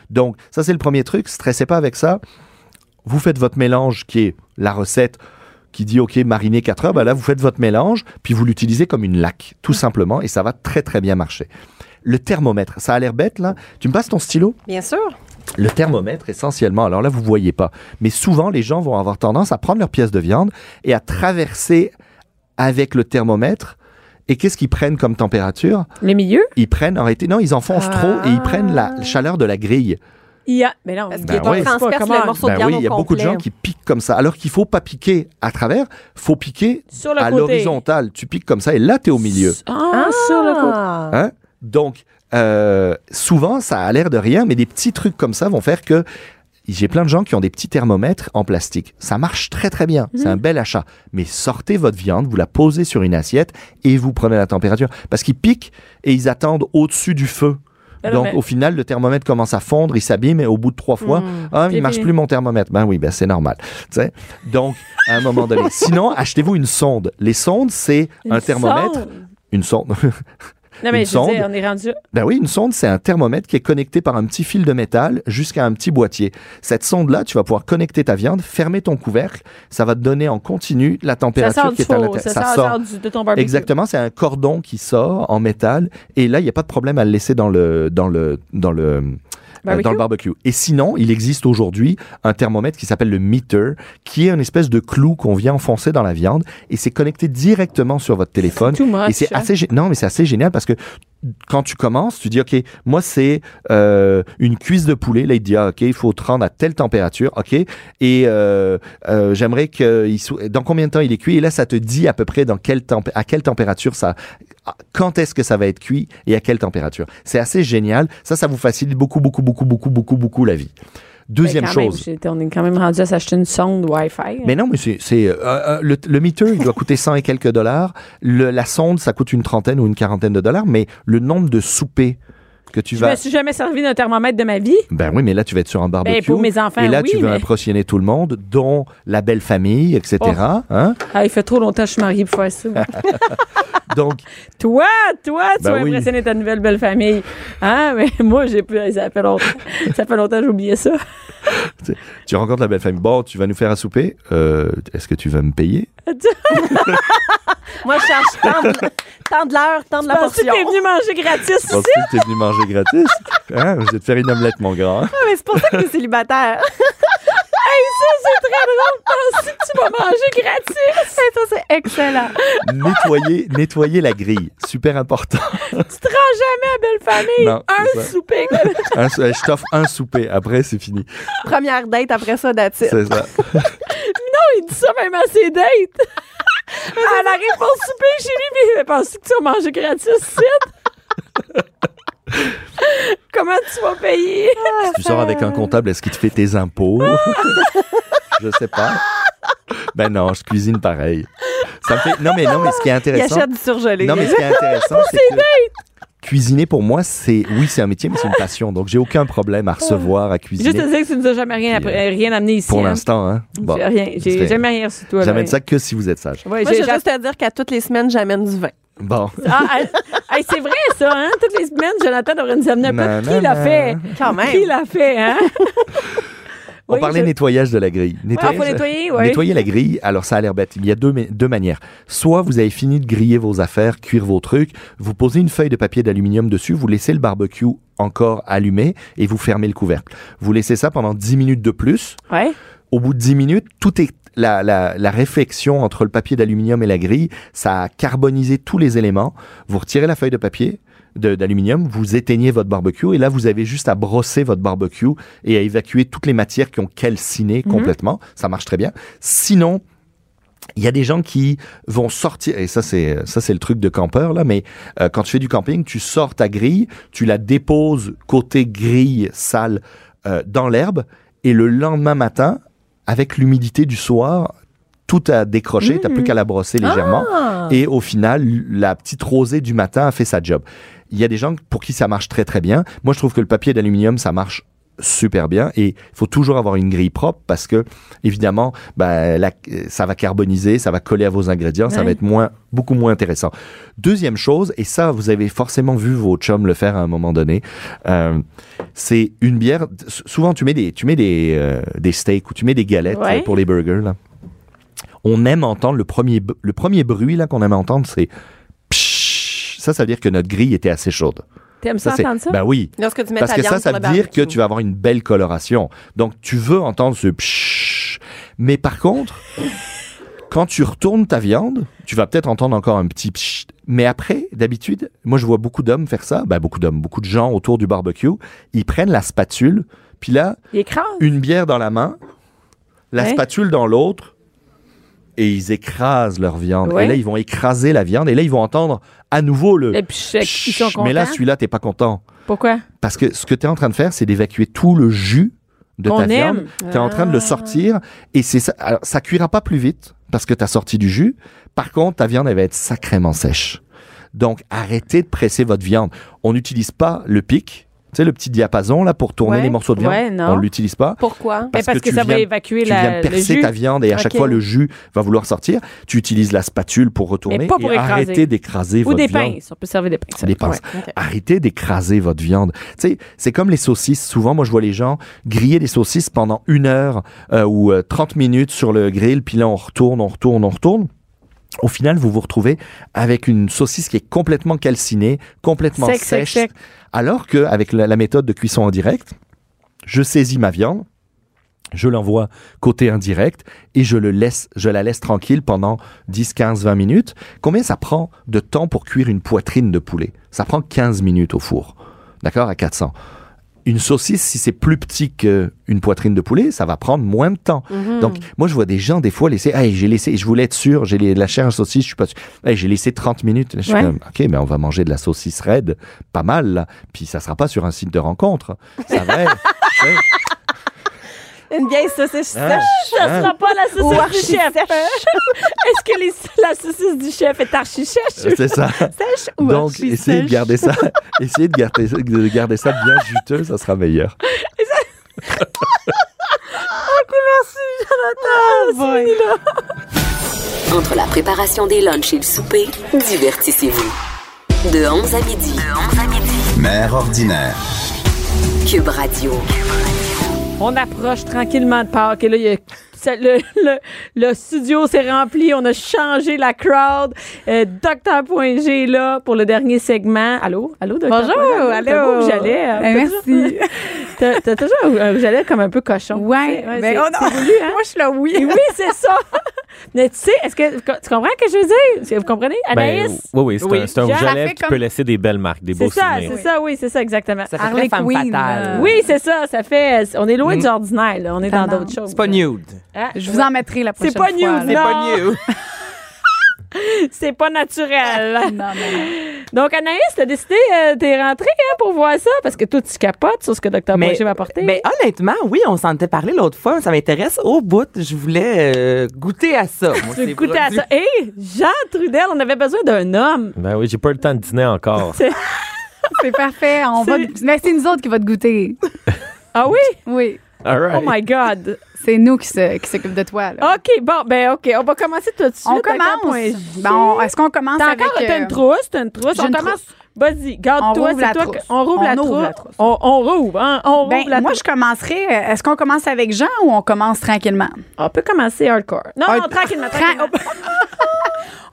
Donc ça c'est le premier truc. Stressez pas avec ça. Vous faites votre mélange qui est la recette qui dit ok mariner 4 heures. Ben là vous faites votre mélange puis vous l'utilisez comme une laque tout simplement et ça va très très bien marcher. Le thermomètre, ça a l'air bête là. Tu me passes ton stylo
Bien sûr.
le thermomètre, essentiellement, alors là, vous voyez pas, mais souvent, les gens vont avoir tendance à prendre leur pièce de viande et à traverser avec le thermomètre. Et qu'est-ce qu'ils prennent comme température
Le milieu,
Ils prennent, en réalité, non, ils enfoncent trop et ils prennent la chaleur de la grille.
il y a... Mais non,
Parce
on
qu'il
Ben oui.
transperce le morceau de
Ben
viande
oui, il y a
au
beaucoup de
complet.
gens qui piquent comme ça. Alors qu'il faut pas piquer à travers, faut piquer
Sur le
à
côté.
l'horizontale. Tu piques comme ça et là, tu es au milieu.
Ah, sur le côté.
Ah.
Hein? Donc, euh, souvent, ça a l'air de rien, mais des petits trucs comme ça vont faire que j'ai plein de gens qui ont des petits thermomètres en plastique. Ça marche très très bien,
Mhm.
c'est un bel achat. Mais sortez votre viande, vous la posez sur une assiette et vous prenez la température. Parce qu'ils piquent et ils attendent au-dessus du feu.
Ben non,
Donc
mais- Mhm.
au final, le thermomètre commence à fondre, il s'abîme et au bout de trois fois,
Mm.
ah,
c'est
il marche
fini.
plus mon thermomètre. Ben oui, ben c'est normal. Tu sais. Donc à un
[laughs]
moment donné. Sinon, achetez-vous une sonde. Les sondes, c'est un
Une
thermomètre.
sonde.
Une sonde.
Non, mais
une
je veux dire,
sonde.
on est rendu...
Ben oui, une sonde, c'est un thermomètre qui est connecté par un petit fil de métal jusqu'à un petit boîtier. Cette sonde-là, tu vas pouvoir connecter ta viande, fermer ton couvercle, ça va te donner en continu la
Ça
température
sort
qui
du
est à
four,
l'intérieur.
ça, sort, sort du- de ton barbecue.
Exactement, c'est un cordon qui sort en métal et là, il n'y a pas de problème à le laisser dans le dans le dans le euh,
Barbecue.
dans le barbecue. Et sinon, il existe aujourd'hui un thermomètre qui s'appelle le meter, qui est une espèce de clou qu'on vient enfoncer dans la viande et c'est connecté directement sur votre téléphone.
Too much.
Et c'est assez gé- non mais c'est assez génial parce que quand tu commences, tu dis ok, moi c'est euh, une cuisse de poulet. Là il te dit ah, ok, il faut te rendre à telle température, ok. Et euh, euh, j'aimerais que il soit- dans combien de temps il est cuit. Et là ça te dit à peu près dans quelle tempé- à quelle température ça, à- quand est-ce que ça va être cuit et à quelle température. C'est assez génial. Ça ça vous facilite beaucoup beaucoup beaucoup beaucoup beaucoup beaucoup la vie. Deuxième
Ben, quand même,
chose.
j'étais- on est quand même rendu à s'acheter une sonde Wi-Fi.
Mais non, mais c'est c'est, euh, euh, le, le meter, il doit coûter 100 et quelques dollars. Le- la sonde, ça coûte une trentaine ou une quarantaine de dollars, mais le nombre de soupers que tu
je
vas
me suis jamais servi d'un thermomètre de ma vie.
Ben oui, mais là, tu vas être sur un barbecue.
Ben, pour mes enfants,
Et là,
oui,
tu vas
mais-
impressionner tout le monde, dont la belle famille, etc. Hein?
Ah, il fait trop longtemps que je suis mariée pour faire ça.
Donc,
toi, toi, tu
Ben
vas
oui.
impressionner ta nouvelle belle famille. Hein? Mais [laughs] moi, j'ai plus. Ça fait longtemps. ça fait longtemps que j'ai oublié ça.
tu rencontres la belle famille. Bon, tu vas nous faire à souper. Euh, Est-ce que tu vas
[laughs]
me payer?
Moi, je cherche tant de, tant de l'heure, tant de la
Penses-tu que t'es
portion.
venu manger gratis?
Je pense que tu es venu manger gratis. Hein? Je vais te faire une omelette, mon grand. hein.
Ah, mais c'est pour ça que t'es célibataire.
Hey, ça, c'est très drôle. Penses-tu que [laughs] tu vas manger
[laughs]
[laughs]
gratis?
ça, c'est excellent.
nettoyer, nettoyer la grille. Super important.
Tu te rends jamais à belle famille.
Non, c'est
un
ça.
souper.
Un sou- je t'offre un souper. Après, c'est fini.
[laughs] Première date, après ça, that's it.
C'est ça.
Il dit ça même à ses
[laughs]
dates. Elle arrive pour souper chez lui, mais penses-tu que tu vas manger gratis, Sid? Comment tu vas payer?
Si tu sors avec un comptable, est-ce qu'il te fait
[laughs]
tes impôts? je sais pas. Ben non, je cuisine pareil. Ça me fait... Non, mais non, mais ce qui est
Il
intéressant.
achète du surgelé.
Non, mais ce qui est intéressant,
[laughs]
c'est que cuisiner pour moi, c'est oui, c'est un métier, mais c'est une passion. Donc, j'ai aucun problème à recevoir, à cuisiner.
Juste te dire que tu nous as jamais rien, appris- rien amené ici.
pour
hein.
l'instant, hein. Bon,
J'ai rien. J'ai
c'est-
jamais rien reçu de toi.
J'amène
là.
ça que si vous êtes sage.
Ouais,
Moi,
j'ai-
j'ai juste à dire qu'à toutes les semaines, j'amène du vin.
Bon.
[laughs] Ah, hey, hey, c'est vrai, ça, hein? Toutes les semaines, Jonathan devrait nous amener un
Nan,
peu. Qui
nan,
l'a
nan.
fait?
Quand même.
Qui l'a fait, hein?
[laughs] On
Oui,
parlait
je-
nettoyage de la grille.
Ouais, faut nettoyer, ouais.
Nettoyer la grille, alors ça a l'air bête. Il y a deux, ma- deux manières. Soit vous avez fini de griller vos affaires, cuire vos trucs, vous posez une feuille de papier d'aluminium dessus, vous laissez le barbecue encore allumé et vous fermez le couvercle. Vous laissez ça pendant 10 minutes de plus.
Ouais.
Au bout de 10 minutes, tout est la, la, la réflexion entre le papier d'aluminium et la grille, ça a carbonisé tous les éléments. Vous retirez la feuille de papier de- d'aluminium, vous éteignez votre barbecue et là, vous avez juste à brosser votre barbecue et à évacuer toutes les matières qui ont calciné complètement. Ça marche très bien. Sinon, il y a des gens qui vont sortir, et ça c'est ça c'est le truc de campeur là, mais euh, quand tu fais du camping, tu sors ta grille, tu la déposes côté grille sale euh, dans l'herbe, et le lendemain matin, avec l'humidité du soir, tout a décroché, t'as plus qu'à la brosser légèrement,
Ah.
Ah.
et au final, la petite rosée du matin a fait sa job. Il y a des gens pour qui ça marche très très bien. Moi, je trouve que le papier d'aluminium, ça marche super bien et il faut toujours avoir une grille propre parce que évidemment bah, la- ça va carboniser ça va coller à vos ingrédients ça va être moins beaucoup moins intéressant deuxième chose et ça vous avez forcément vu vos chums le faire à un moment donné euh, c'est une bière s- souvent tu mets des tu mets des, euh, des steaks ou tu mets des galettes
Ouais.
euh, pour les burgers là on aime entendre le premier b- le premier bruit là qu'on aime entendre c'est pshhh. ça ça veut dire que notre grille était assez chaude
T'aimes ça,
c'est
entendre ça?
bah oui
Lorsque tu mets
parce
ta
que
viande
ça, ça
sur
veut
le
dire que
barbecue.
tu vas avoir une belle coloration. Donc, tu veux entendre ce pshhh. Mais par contre, quand tu retournes ta viande, tu vas peut-être entendre encore un petit pshhh. Mais après, d'habitude, moi, je vois beaucoup d'hommes faire ça. Ben, beaucoup d'hommes, beaucoup de gens autour du barbecue. Ils prennent la spatule, puis là,
Il écrase.
une bière dans la main, la
Ouais.
spatule dans l'autre, et ils écrasent leur viande.
Ouais.
Et là, ils vont écraser la viande, et là, ils vont entendre à nouveau le
Eh
Et puis, je sais qu'ils sont
pshhh. Euh, Mais là,
contents.
celui-là, t'es pas content.
Pourquoi?
Parce que ce que tu es en train de faire, c'est d'évacuer tout le jus de
Qu'on
ta
aime. Ah.
viande. Tu es en train de le sortir et c'est ça. Alors, ça cuira pas plus vite parce que tu as sorti du jus. Par contre, ta viande, elle va être sacrément sèche. Donc, arrêtez de presser votre viande. On n'utilise pas le pic, tu sais, le petit diapason là pour tourner
Ouais.
les morceaux de viande.
Ouais, non.
On l'utilise pas.
Pourquoi?
Ah. Mais
Parce
parce
que
que,
tu
ça va
viens-
évacuer
Tu
la,
viens
le
percer
jus.
ta viande et à
Ok.
chaque fois le jus va vouloir sortir. Tu utilises la spatule pour retourner
Mais pas pour
et
écraser.
arrêtez d'écraser
Ou
votre
des
viande.
pinces. On peut servir des pinces.
Des pinces.
Ouais, ok.
Arrêtez d'écraser votre viande. Tu sais, c'est comme les saucisses. Souvent, moi, je vois les gens griller des saucisses pendant une heure euh, ou euh, 30 minutes sur le grill, puis là, on retourne, on retourne, on retourne. Au final, vous vous retrouvez avec une saucisse qui est complètement calcinée, complètement
Sec, sec,
sèche.
sec.
Alors que avec la, la méthode de cuisson en direct, je saisis ma viande, je l'envoie côté indirect et je le laisse, je la laisse tranquille pendant 10, 15, 20 minutes. Combien ça prend de temps pour cuire une poitrine de poulet Ça prend 15 minutes au four, d'accord, à 400. Une saucisse, si c'est plus petit qu'une poitrine de poulet, ça va prendre moins de temps.
Mhm.
Hmm.
Mm-hmm.
Donc, moi, je vois des gens, des fois, laisser, hey, j'ai laissé, je voulais être sûr, j'ai la chair à saucisse, je suis pas sûr. Hey, j'ai laissé 30 minutes. Je suis
Ouais.
comme, OK, mais on va manger de la saucisse raide, pas mal, là. Puis ça sera pas sur un site de rencontre. Ça va être- tu sais.
Une vieille saucisse
Hein?
[laughs] Ça
Hein?
sera pas la
Ou
saucisse du chef.
archi-sèche.
Est-ce que les- la saucisse du chef est archi sèche?
C'est ça.
sèche ou
Donc,
archi-sèche.
essayez de garder ça, [laughs] essayez de garder, de garder ça bien juteux, ça sera meilleur.
Entre la préparation des lunchs et le souper, divertissez-vous. De 11 à midi. De 11 à midi.
Mère ordinaire.
Cube Radio.
On approche tranquillement de Pâques. Et là, il y a- ça- le, le- le studio s'est rempli. On a changé la crowd. Euh, Docteur.g est là pour le dernier segment. Allô? Allô, Docteur?
Bonjour,
Allô? T'as
allô.
beau que J'allais. hein?
Ben,
T'as
merci.
toujours- [laughs] T'as t'as toujours un rouge à lèvres comme un peu cochon.
Ouais,
C'est- ouais,
ben,
c'est-
oh non.
c'est voulu, hein?
Moi, je suis
[laughs]
là, oui.
Oui, c'est ça. Mais tu sais, est-ce que tu comprends ce que je veux dire? Est-ce que Vous comprenez?
Ben,
Anaïs?
oui, oui, c'est
Oui.
un, c'est un
Jean,
rouge
ça
à lèvres
fait
qui
comme-
peut laisser des belles marques, des
C'est
beaux
ça,
souvenirs.
c'est ça, oui, c'est ça, exactement. Ah,
Ça fait
Harley
très femme
Quinn,
fatale.
euh,
Oui, c'est ça, ça fait. euh, On est loin
Mm.
du ordinaire, là. On est dans
Tellement.
d'autres choses.
C'est pas nude.
Ah,
Je vous en mettrai la prochaine
C'est
fois.
pas nude,
C'est
là.
pas nude.
[laughs] C'est pas
[laughs]
naturel.
Non, non,
Donc, Anaïs, t'as décidé, euh, t'es rentrée hein, pour voir ça, parce que toi, tu capotes sur ce que Dr. Bourget m'a apporté.
mais ah, honnêtement, oui, on s'en était parlé l'autre fois. Ça m'intéresse au bout. Je voulais euh, goûter à ça. Moi,
tu
ces
goûtais à
produits.
ça. Hé, Jean Trudel, on avait besoin d'un homme.
Ben oui, j'ai pas eu le temps de dîner encore.
c'est parfait. On va... Mais c'est nous autres qui va te goûter.
Ah oui?
Oui,
All right.
Oh my God.
c'est nous qui se- qui s'occupent de toi. Là.
OK, bon, ben OK, on va commencer tout de suite.
on
avec un
commence.
point G.
Bon, est-ce qu'on commence
T'as
avec...
encore t'as
euh,
une trousse, t'as une trousse.
j'ai
On
une
commence.
trousse.
Vas-y,
On
garde-toi,
rouvre
c'est
la
toi
trousse.
que- On rouvre
On
la
ouvre
trousse.
la trousse.
On, on rouvre, hein? On
Ben,
rouvre la
moi,
trousse.
je commencerai. euh, Est-ce qu'on commence avec Jean ou on commence tranquillement?
On peut commencer hardcore. Non, non,
Hard-
tranquillement.
Tran-
tranquillement.
[laughs]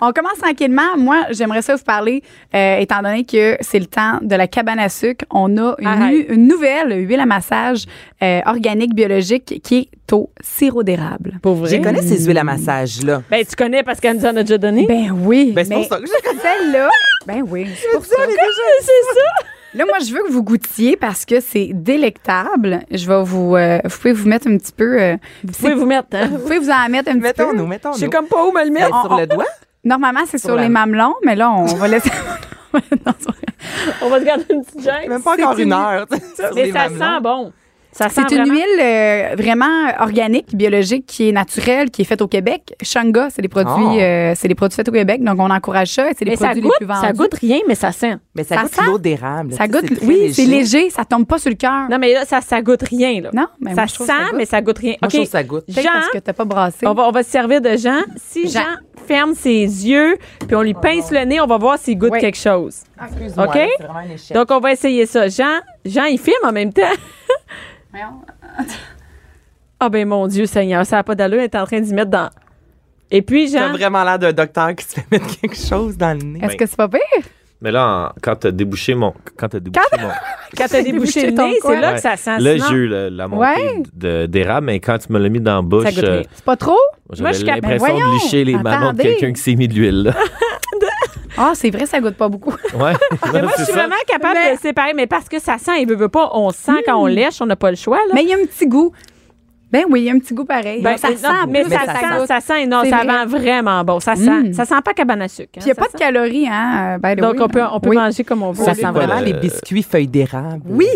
On commence tranquillement. Moi, j'aimerais ça vous parler, euh, étant donné que c'est le temps de la cabane à sucre. On a une,
Arrête.
nu- une nouvelle huile à massage euh, organique biologique qui est au sirop d'érable.
Pour vrai?
Je connais ces huiles à
Mmh.
massage, là.
Ben, tu connais parce qu'elle nous en a déjà donné.
Ben oui.
Ben, c'est
mais
pour ça que je
Celle-là, ben oui. c'est pour ça.
c'est ça.
Là, moi, je veux que vous goûtiez parce que c'est délectable. Je vais vous, euh, vous pouvez vous mettre un petit peu. euh,
Vous pouvez vous mettre, hein?
vous pouvez vous en mettre un petit peu.
Mettons-nous, mettons-nous.
Je sais comme pas où me le
Mais
mettre.
sur le doigt?
Normalement, c'est sur,
la-
les mamelons, mais là, on va laisser. [laughs] Non, c'est vrai.
On va se garder une petite gêne.
Même pas encore
c'est
une
une-
heure. tu sais, sur
Mais
les
ça
mamelons.
sent bon. Ça sent
C'est une
vraiment-
huile euh, vraiment organique, biologique, qui est naturelle, qui est faite au Québec. Shanga, c'est des produits,
Oh.
euh, c'est des produits faits au Québec, donc on encourage ça. et C'est des
Mais ça
produits
goûte,
les plus vendus.
ça goûte rien, mais ça sent.
Mais ça,
Ça
goûte
sent-
l'eau d'érable.
Ça
tu sais,
goûte-
très
oui, c'est léger, ça tombe pas sur le cœur.
Non, mais là, ça, ça goûte rien, là.
Non, mais
ça
moi, je
sent,
trouve que ça goûte.
mais ça goûte rien.
Moi, je
OK.
trouve que ça goûte.
Peut-être
Jean,
parce que t'as pas brassé.
on va, on va se servir de Jean. Si Jean,
Jean. Oh
ferme ses yeux, puis on lui pince le nez, on va voir s'il goûte
Oui.
quelque chose.
Excuse-moi,
Oh.
OK?
là, c'est vraiment un échec.
Donc, on va essayer ça. Jean, Jean, il filme en même temps.
Voyons.
[laughs] Ah, ben mon Dieu, Seigneur, ça n'a pas d'allure, il est en train d'y mettre dans. Et puis,
T'as
Jean,
vraiment l'air d'un docteur qui se fait mettre quelque chose dans le nez.
Est-ce que c'est pas pire?
[laughs] Mais là, en- quand t'as débouché mon. Quand t'as débouché mon.
quand
[laughs]
t'as débouché le
Débouché ton
nez, c'est
coin.
là
Ouais.
que ça sent.
Là,
Sinon,
j'ai eu le- la montée
Ouais.
de- d'érable, mais quand tu me l'as mis dans la
Ça
bouche,
goûte rien.
euh,
C'est pas trop?
Moi, je
j'avais
suis capable.
l'impression
Voyons,
de licher les mamans de
attendez.
quelqu'un qui s'est mis de l'huile,
[laughs]
là.
Ah, c'est vrai, ça goûte pas beaucoup.
Ouais. [laughs]
Mais moi, je suis vraiment capable de
Mais- Hmm.
le séparer, mais parce que ça sent, il veut, veut pas, on sent quand on lèche, on n'a pas le choix. Là.
mais il y a un petit goût. Ben oui, il y a un petit goût pareil.
Ben,
ça
non,
sent en
mais
plus,
ça,
ça
sent,
goûte.
ça sent, et non,
C'est
ça
vrai.
sent vraiment bon. Ça sent,
Mm.
ça sent pas cabane à sucre. hein,
Puis il n'y a
ça
pas de
sent.
calories, hein, by the
Donc,
way.
on peut, on peut
Oui.
manger comme on veut.
Ça
c'est
sent
quoi
vraiment
le-
les biscuits feuilles d'érable.
Oui.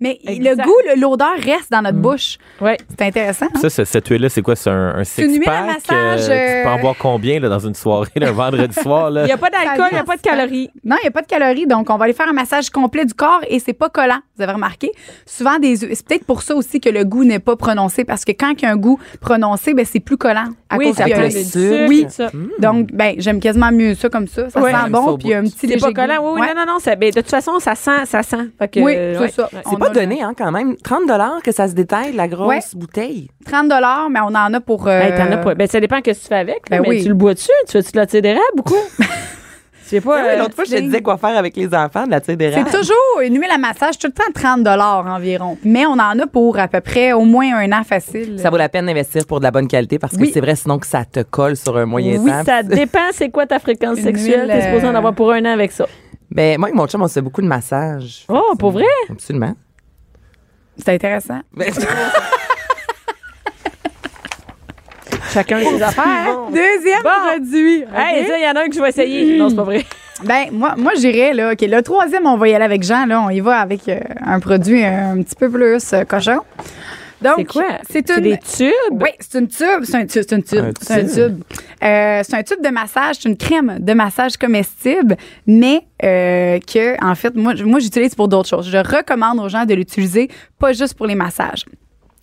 Mais
Exact.
le goût, le- l'odeur reste dans
Mm.
notre bouche.
Ouais.
C'est intéressant. hein?
Ça, ce- cette huile-là, c'est quoi? C'est un, un six
une huile à
pack.
massage,
Tu peux en
euh,
boire combien là, dans une soirée, là, un vendredi soir?
[laughs] Il
Là?
n'y a pas d'alcool, il n'y a pas de calories.
Non, il n'y a pas de calories, donc on va aller faire un massage complet du corps et c'est pas collant. Vous avez remarqué? Souvent, des hu- c'est peut-être pour ça aussi que le goût n'est pas prononcé, parce que quand il y a un goût prononcé, ben, c'est plus collant. À
oui,
cause
ça
qu'il y a
peut
un-
être du
sucre.
sucre.
Oui.
tout ça.
Donc, ben, j'aime quasiment mieux ça comme ça. Ça
Mm. Ouais.
sent
Ça
bon,
au
puis il y a un petit
C'est
léger
pas collant.
goût.
Oui, oui,
Ouais.
non, non, non. ça- ben, de toute façon, ça sent, ça sent. Fait que,
Oui,
euh,
c'est
ouais,
ça.
ouais.
On
C'est pas
a-
donné, hein, quand même. 30 que ça se détaille, la grosse
Ouais.
bouteille.
30 mais on en a pour... euh,
Hey, t'en as pas. Ben, ça dépend que tu fais avec. là,
Ben
mais
oui. Ben
tu le bois-tu? Tu veux-tu de la tire d'érable
[laughs]
ou quoi? Je sais pas.
Ouais,
euh,
L'autre fois, je te
sling.
disais quoi faire avec les enfants de la tire
C'est
d'érable.
toujours une huile à massage, tout le temps 30 environ. Mais on en a pour à peu près au moins un an facile.
Ça vaut la peine d'investir pour de la bonne qualité parce que
Oui.
c'est vrai, sinon que ça te colle sur un moyen
Oui,
temps.
ça dépend c'est quoi ta fréquence
Une
sexuelle.
huile,
T'es supposé en
euh,
avoir pour un an avec ça.
Mais moi et mon chum, on se fait beaucoup de massages.
Oh, pour vrai?
Absolument.
C'est intéressant.
[laughs] Mais-
Chacun ses
[laughs]
affaires.
Deuxième produit.
Hey, ça, il y en a un que je vais essayer. non, c'est pas vrai.
Ben, moi, moi j'irais, là. OK, le troisième, on va y aller avec Jean, là. On y va avec euh, un produit euh, un petit peu plus euh, cochon. Donc,
C'est quoi?
C'est
C'est
une-
des tubes?
Oui, c'est une tube. C'est un tube. C'est un tube.
Un
C'est un tube. Euh, c'est un tube de massage. C'est une crème de massage comestible, mais euh, que, en fait, moi, moi j'utilise pour d'autres choses. Je recommande aux gens de l'utiliser, pas juste pour les massages.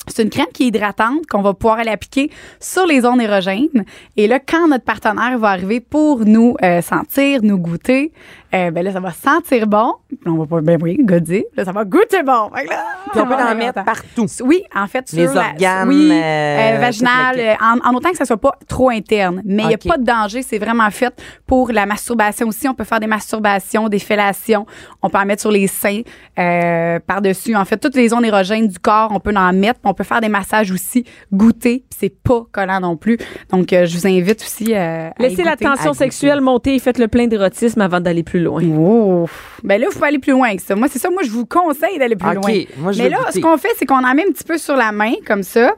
C'est une crème qui est hydratante qu'on va pouvoir aller appliquer sur les zones érogènes. Et là, quand notre partenaire va arriver pour nous euh, sentir, nous goûter, euh, ben là, ça va sentir bon. On va pas, ben oui, goûter. Là, ça va goûter bon. Fait que là,
Puis on peut
va
en
avoir
mettre
longtemps.
partout.
Oui, en fait, sur
Les
la-
organes,
oui,
euh,
euh,
tout
vaginal,
le
euh, en, en autant que ça soit pas trop interne. Mais il n'y a
Ok.
pas de danger, c'est vraiment fait pour la masturbation aussi. On peut faire des masturbations, des fellations, on peut en mettre sur les seins, euh, par-dessus. En fait, toutes les zones érogènes du corps, on peut en mettre. On peut faire des massages aussi, goûter, puis c'est pas collant non plus. Donc, euh, je vous invite aussi euh, à
Laissez
y
la
goûter.
tension
À goûter.
sexuelle monter et faites le plein d'érotisme avant d'aller plus loin.
Ouf. Ben là, il faut aller plus loin que ça. Moi, c'est ça. Moi, je vous conseille d'aller plus
OK,
loin.
moi, je
Mais
vais
là,
goûter.
ce qu'on fait, c'est qu'on en met un petit peu sur la main, comme ça.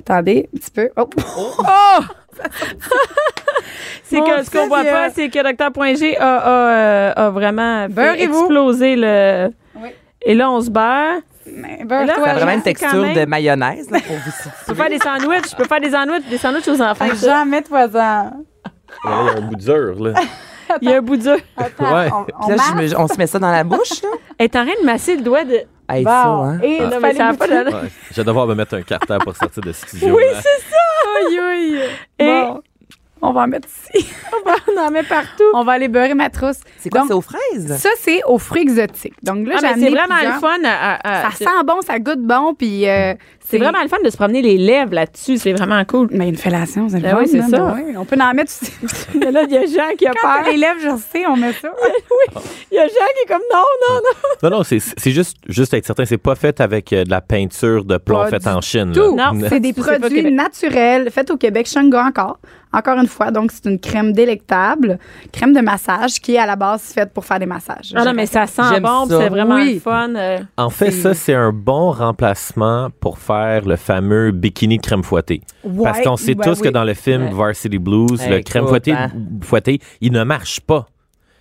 Attendez, un petit peu. Oh!
C'est
Mon
que ce qu'on voit
Dieu.
pas, c'est que Dr. G a, a, euh, a vraiment fait
Beurrez-vous.
exploser le.
Oui.
Et là, on se beurre.
Mais
là,
beurre-toi,
Ça a
Ouais,
vraiment une
c'est quand
texture
même-
de
[laughs]
mayonnaise là, pour vous
Je peux faire des sandwichs. Je peux faire des sandwichs, des sandwichs aux enfants.
Jean, Jean, mets-toi-en.
Là, il y a un bout dur,
[laughs]
là.
Il y a un bout dur.
Attends,
Ouais.
on, on
Là,
marche.
je me- on se met ça dans la
[laughs]
bouche. Là.
Elle est en train de masser le doigt de.
Hey,
Bon.
ça, hein?
Et
Non,
tu
mais
fais
ça a
les
pas
boutons.
de.
Ouais. Je vais devoir me mettre un carter pour sortir
[laughs]
de ce studio.
Oui,
là.
c'est ça. Aïe, aïe. Et
Bon. On va en mettre ici.
[laughs] on en met partout.
On va aller beurrer ma trousse.
C'est quoi?
Donc,
C'est aux fraises?
Ça, c'est aux fruits exotiques. Donc là,
Ah,
j'ai
mais
amené
c'est vraiment
plusieurs.
le fun. à- à- à-
Ça sent bon, ça goûte bon, puis euh,
c'est vraiment le fun de se promener les lèvres là-dessus. C'est vraiment cool.
Mais une fellation, c'est le
Ben
fun,
oui, c'est
là,
ça.
ben oui. On peut en mettre aussi.
Mais là, il y a Jean qui a
Par
peur.
les lèvres, je sais, on met ça.
Il y a Jean qui est comme non, non, non.
Non, non, c'est- c'est juste, juste être certain. C'est pas fait avec euh, de la peinture de plomb
Pas
faite
du
en Chine.
Tout.
là.
Non,
C'est des
[laughs] C'est pas au
produits
Québec.
naturels faits au Québec, Shango encore. Encore une fois, donc c'est une crème délectable, crème de massage qui est à la base faite pour faire des massages.
Ah non, mais ça sent
J'aime
bon,
ça.
c'est vraiment
Oui.
le fun. euh.
En fait, ça, c'est un bon remplacement pour faire le fameux bikini crème fouettée. Parce qu'on
ben
sait tous que dans le film Varsity Blues,
Ouais,
le crème
écoute,
fouettée,
hein.
fouettée, il ne marche pas.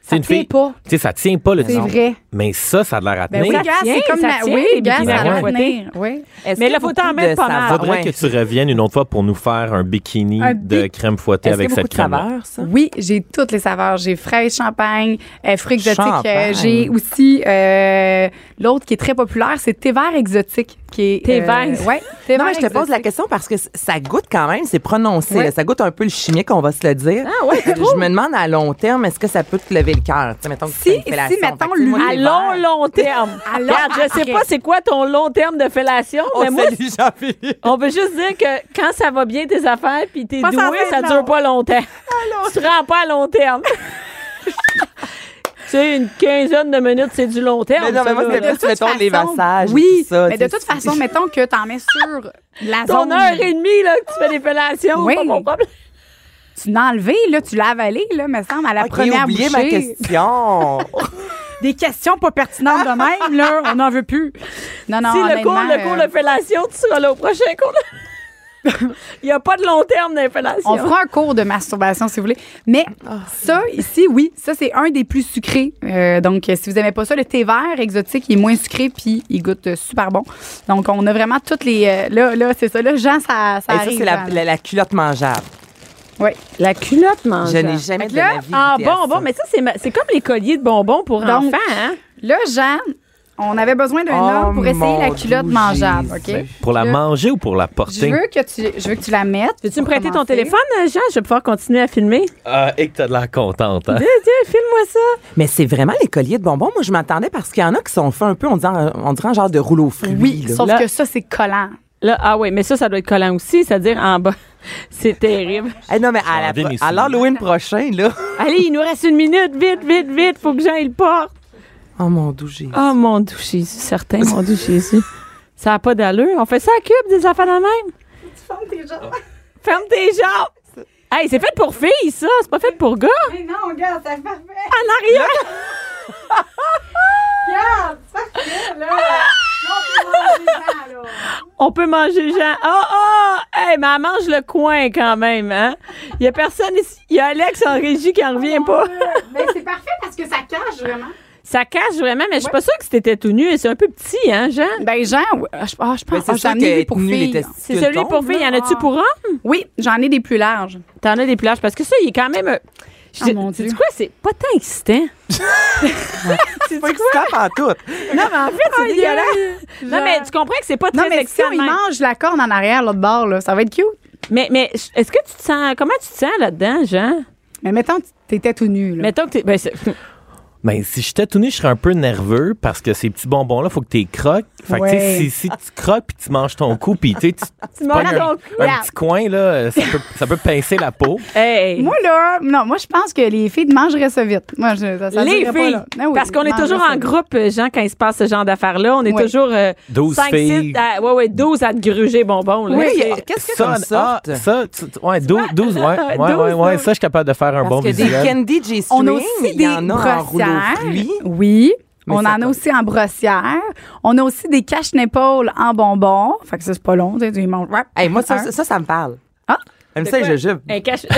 C'est
ça
une
tient
fille. Tu
pas.
sais, ça tient pas le
C'est vrai.
Mais ça, ça a de l'air à
Ben
tenir.
oui, gars,
tient,
c'est comme
ça
la-
tient,
oui,
les
gars,
bikinis
ça va
fouettés.
tenir. Oui.
Est-ce
Mais
que
là, faut
beaucoup
t'en mettre
de
pas mal.
Faudrait
saveurs-
que tu reviennes une autre fois pour nous faire un bikini
Un bi-
de crème fouettée
Est-ce qu'il y
avec
a beaucoup
cette
de
crème.
saveurs, ça?
Oui, j'ai toutes les saveurs. J'ai fraise, champagne, euh, fruits exotiques.
Champagne.
euh, j'ai aussi euh, l'autre qui est très populaire, c'est thé vert exotique. Qui est, euh,
Thé vert.
ouais, thé
Non,
vert
mais je te pose la
exotique.
question parce que c- ça goûte quand même, c'est prononcé.
Ouais.
là. Ça goûte un peu le chimique, on va se le dire.
Ah ouais,
Euh, je me demande à long terme, est-ce que ça peut te lever le cœur? Tu sais, mettons que tu
Si-
fais une fellation.
si, mettons,
Fait que, tu sais, moi,
lui-
les
À long,
[laughs]
verres-
long terme.
À long-
Regarde, je sais
après.
pas c'est quoi ton long terme de fellation, mais
On
moi,
salue Jean-Philippe.
on veut juste dire que quand ça va bien tes affaires puis t'es
Pas
doué,
sans être
ça
long.
dure pas longtemps. Tu te rends pas à long
[laughs]
terme. tu sais, une quinzaine de minutes, c'est du long terme.
Mais non, mais
ça,
moi,
là.
c'était plus, mettons, les massages. et
Oui,
tout ça,
mais
tu
de
sais,
toute
c'est-
façon, mettons que t'en mets sur la
ton
zone.
heure et demie là, que tu fais des fellations,
Oui.
pas mon problème.
Tu l'as enlevé, là, tu l'as avalé, là, me semble, à la
Ok,
première bouchée.
oublié ma question.
[laughs] Des questions pas pertinentes de même, là, on n'en veut plus. Non, non,
si le cours,
honnêtement,
le cours
euh,
de fellation, tu seras là au prochain cours. de-
[laughs]
Il n'y a pas de long terme d'infellation.
On fera un cours de masturbation si vous voulez. Mais
Ah.
ça, ici, oui, ça, c'est un des plus sucrés. Euh, donc, euh, si vous aimez pas ça, le thé vert exotique, il est moins sucré puis il goûte euh, super bon. Donc, on a vraiment toutes les. euh, là, là, c'est ça. Là, Jean, ça, ça
Et ça,
arrive. hein.
c'est la, la- la culotte mangeable.
Oui.
La culotte
Je n'ai
mangeable.
jamais
Fait que
de
là,
ma vie
Ah,
goûté à
bonbon,
ça.
mais ça, c'est ma- c'est comme les colliers de bonbons pour
Donc,
enfants, hein?
Là, Jean, on avait besoin d'un
Oh,
homme pour essayer
mon
la culotte
doux
mangeable,
Jésus.
OK?
Pour la
Je-
manger ou pour la
Je
porter?
veux que tu, je veux que tu la mettes.
Veux-tu me
pour
prêter ton
commencer.
téléphone, euh, Jean? Je vais pouvoir continuer à filmer.
Ah, et que t'as de l'air contente.
[laughs]
hein?
Tiens, tiens, filme-moi ça.
Mais c'est vraiment les colliers de bonbons. Moi, je m'attendais parce qu'il y en a qui sont faits un peu, on dirait, un- on dirait un genre de rouleau fruit.
Oui, sauf
Là-
que ça, c'est collant.
Là, ah oui, mais ça, ça doit être collant aussi, c'est-à-dire en bas. [laughs] C'est terrible.
Eh non, mais à, la
enlevé
pro-
mes
à
souliers.
l'Halloween prochain, là. [laughs]
Allez, il nous reste une minute. Vite, vite, vite. Faut que Jean, il porte.
Oh mon doux Jésus.
Ah,
Oh mon Dieu, Jésus, certain, mon Dieu, Jésus. Ça n'a pas d'allure. On fait ça à cube, des affaires de même. Tu fermes tes jambes. Ferme tes jambes. Hey, c'est fait pour filles, ça. C'est pas fait pour gars. Mais non, gars, c'est parfait. En arrière. On peut manger Jean. Oh, oh! Hey, mais elle mange le coin quand même, hein? Il y a personne ici. Il y a Alex en régie qui en revient pas.
Mais c'est parfait parce que ça cache vraiment.
Ça cache vraiment, mais je suis pas sûre que c'était tout nu. Et c'est un peu petit, hein, Jean?
Ben, Jean, ouais, ah, je, ah, je
Ben,
pense
c'est
que
sûr
j'en ai
que
des pour
être nu, les
filles.
testicules
C'est celui
tombent,
pour filles. Y en
là.
a-tu pour hommes?
Oui, j'en ai des plus larges.
T'en as des plages? Parce que ça, il est quand même. euh,
Ah,
je-
mon
sais-tu
Dieu.
quoi? C'est pas tant excitant. C'est
Pas excitant en tout.
Non, mais en fait, c'est dégueulasse. Non, mais tu comprends que c'est pas
Non,
très
mais si
excitant.
on
de
y
même.
mange la corne en arrière, l'autre bord, là, ça va être cute.
Mais, mais est-ce que tu te sens. Comment tu te sens là-dedans, Jean?
Mais mettons, que t'étais tout nu. Là.
Mettons que t'es.
[laughs]
Ben, c'est-
Ben, si j'étais tout nu, je serais un peu nerveux parce que ces petits bonbons-là, faut que tu les croques. Fait que, tu
Ouais.
sais, si, si tu croques puis tu manges ton cou puis tu sais, tu-
tu m'en
pognes un,
donc.
un
Yeah.
petit coin, là, euh, ça peut, ça peut pincer la peau.
[laughs] Hey!
Moi, là, non, moi, je pense que les filles mangeraient ça vite. Moi, je, ça, ça
les
dirait pas,
filles,
là. Ah oui,
parce qu'on est
mangeraient
toujours
ça
en
vite.
groupe, euh, Jean, quand il se passe ce genre d'affaires-là. On est
Ouais.
toujours
12
5,
filles.
6, ouais, ouais, 12 à te gruger bonbon. Là.
Oui,
C'est-
qu'est-ce que ça me
ah,
sorte?
ça, tu- tu- ouais, 12, 12, ouais, ouais, ouais,
12,
ouais,
ouais.
ça, je suis capable de faire un
Parce
bon
que des
visuel.
candy J
On a
string,
aussi
il
des
y en a en rouleau
brossières.
fruit.
Oui.
Mais
on
ça
en a
colle.
aussi en brossière. On a aussi des caches népaules en bonbons. Fait que ça, c'est pas long. Tu sais, tu les manges. rap,
Hey, moi, ça,
un.
ça, ça, ça me parle.
Ah.
J'aime ça, les jujubes.
Un cache-
Ben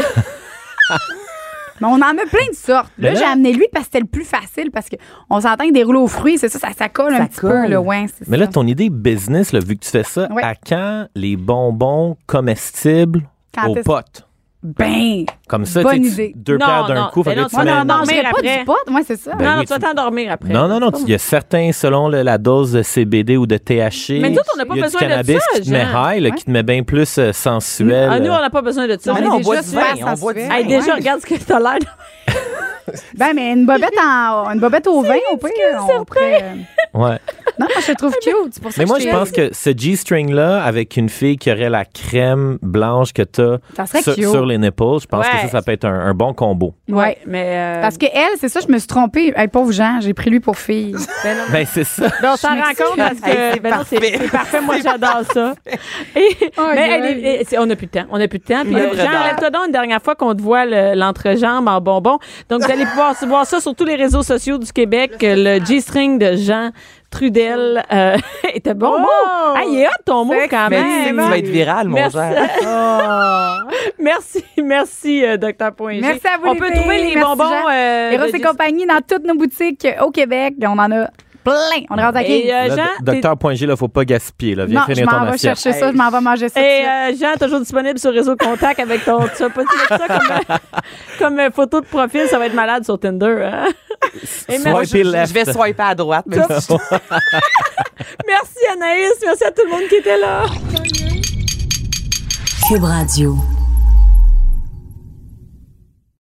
Mais on en a plein de sortes. Là, j'ai amené lui parce que c'était le plus facile. Parce qu'on s'entend que des rouleaux aux fruits, c'est ça, ça, ça colle un
Ça
petit
colle.
peu. Là, ouais, c'est
Mais
ça.
là, ton idée business, là, vu que tu fais ça,
Ouais.
à quand les bonbons comestibles
Quand
aux
est-ce-
potes?
Ben!
Comme ça,
Bonne
tu sais, tu-
idée.
deux
Non,
paires d'un
non,
coup. fait
mais
que
non,
là, tu
tu vas
mets-
dans-
Non, non,
dormir
mais pas
après.
du pot. Moi, c'est ça.
Ben
non,
oui,
tu vas
tu-
t'endormir après.
Non, non, non.
C'est
tu-
pas-
Il y a certains, selon le- la dose de CBD ou de THC.
Mais nous autres, on n'a pas
il y a
besoin de
du cannabis
ça,
qui te met
Jean.
high, là,
Ouais.
qui te met bien plus euh, sensuel.
Ah, nous, on n'a pas besoin de ça.
On
Ah
est
non, on
déjà
boit du
super
vin, on boit du
sensuel.
vin.
Hey, déjà,
Ouais.
regarde ce que t'as l'air.
Ben, mais une bobette, en, une bobette au vin, au pire. on pourrait, euh,
Ouais.
Non, moi, je te trouve cute. C'est pour ça
Mais
que
moi,
je
je
te-
pense que ce G-string-là, avec une fille qui aurait la crème blanche que t'as
Ça serait
sur,
cute.
sur les nipples, je pense
Ouais.
que ça, ça peut être un, un bon combo.
Ouais.
mais. euh,
Parce que elle, c'est ça, je me suis trompée. Hey, pauvre Jean, j'ai pris lui pour fille.
ben non.
Ben, c'est ça.
Ben, on s'en rend compte parce
Hey,
que
c'est
ben non, c'est
parfait.
c'est parfait. Moi, j'adore ça. Et-
Aïe,
mais
aïe.
elle est- et- c'est- on n'a plus de temps. On n'a plus de temps. Puis,
On a
euh,
plus de
Jean,
temps.
lève-toi donc une dernière fois qu'on te voit le- l'entrejambe en bonbon. Donc, vous allez pouvoir se voir ça sur tous les réseaux sociaux du Québec. euh, Le G-string de Jean Trudel euh, [laughs] était bon. bon. Ah, il est hot ton mot quand
Mais tu sais
même.
que tu vas être viral, mon
Merci.
cher.
Merci, merci, euh, Docteur Point.
Merci à vous,
On
les
peut
filles.
trouver les
Merci,
bonbons.
Jean.
euh,
Eros
de
et
G-
compagnie dans toutes nos boutiques au Québec. On en a plein. On est rendu à
Et, euh,
Là,
Jean,
do-
t'es-
Docteur Point G, là, faut pas gaspiller. Là. Viens
Non, je
finir ton
m'en vais
assiette.
chercher ça, je m'en vais manger ça.
Et
tout de
euh, Jean, toujours disponible sur Réseau Contact avec ton.
[laughs]
Tu vas pas te mettre ça comme, comme euh, photo de profil, ça va être malade sur Tinder. hein? [laughs] Et
Swiper
Moi,
merci,
je, je-
left.
je vais swiper à droite. mais je-
merci Anaïs, merci à tout le monde qui était là.
Cube Radio.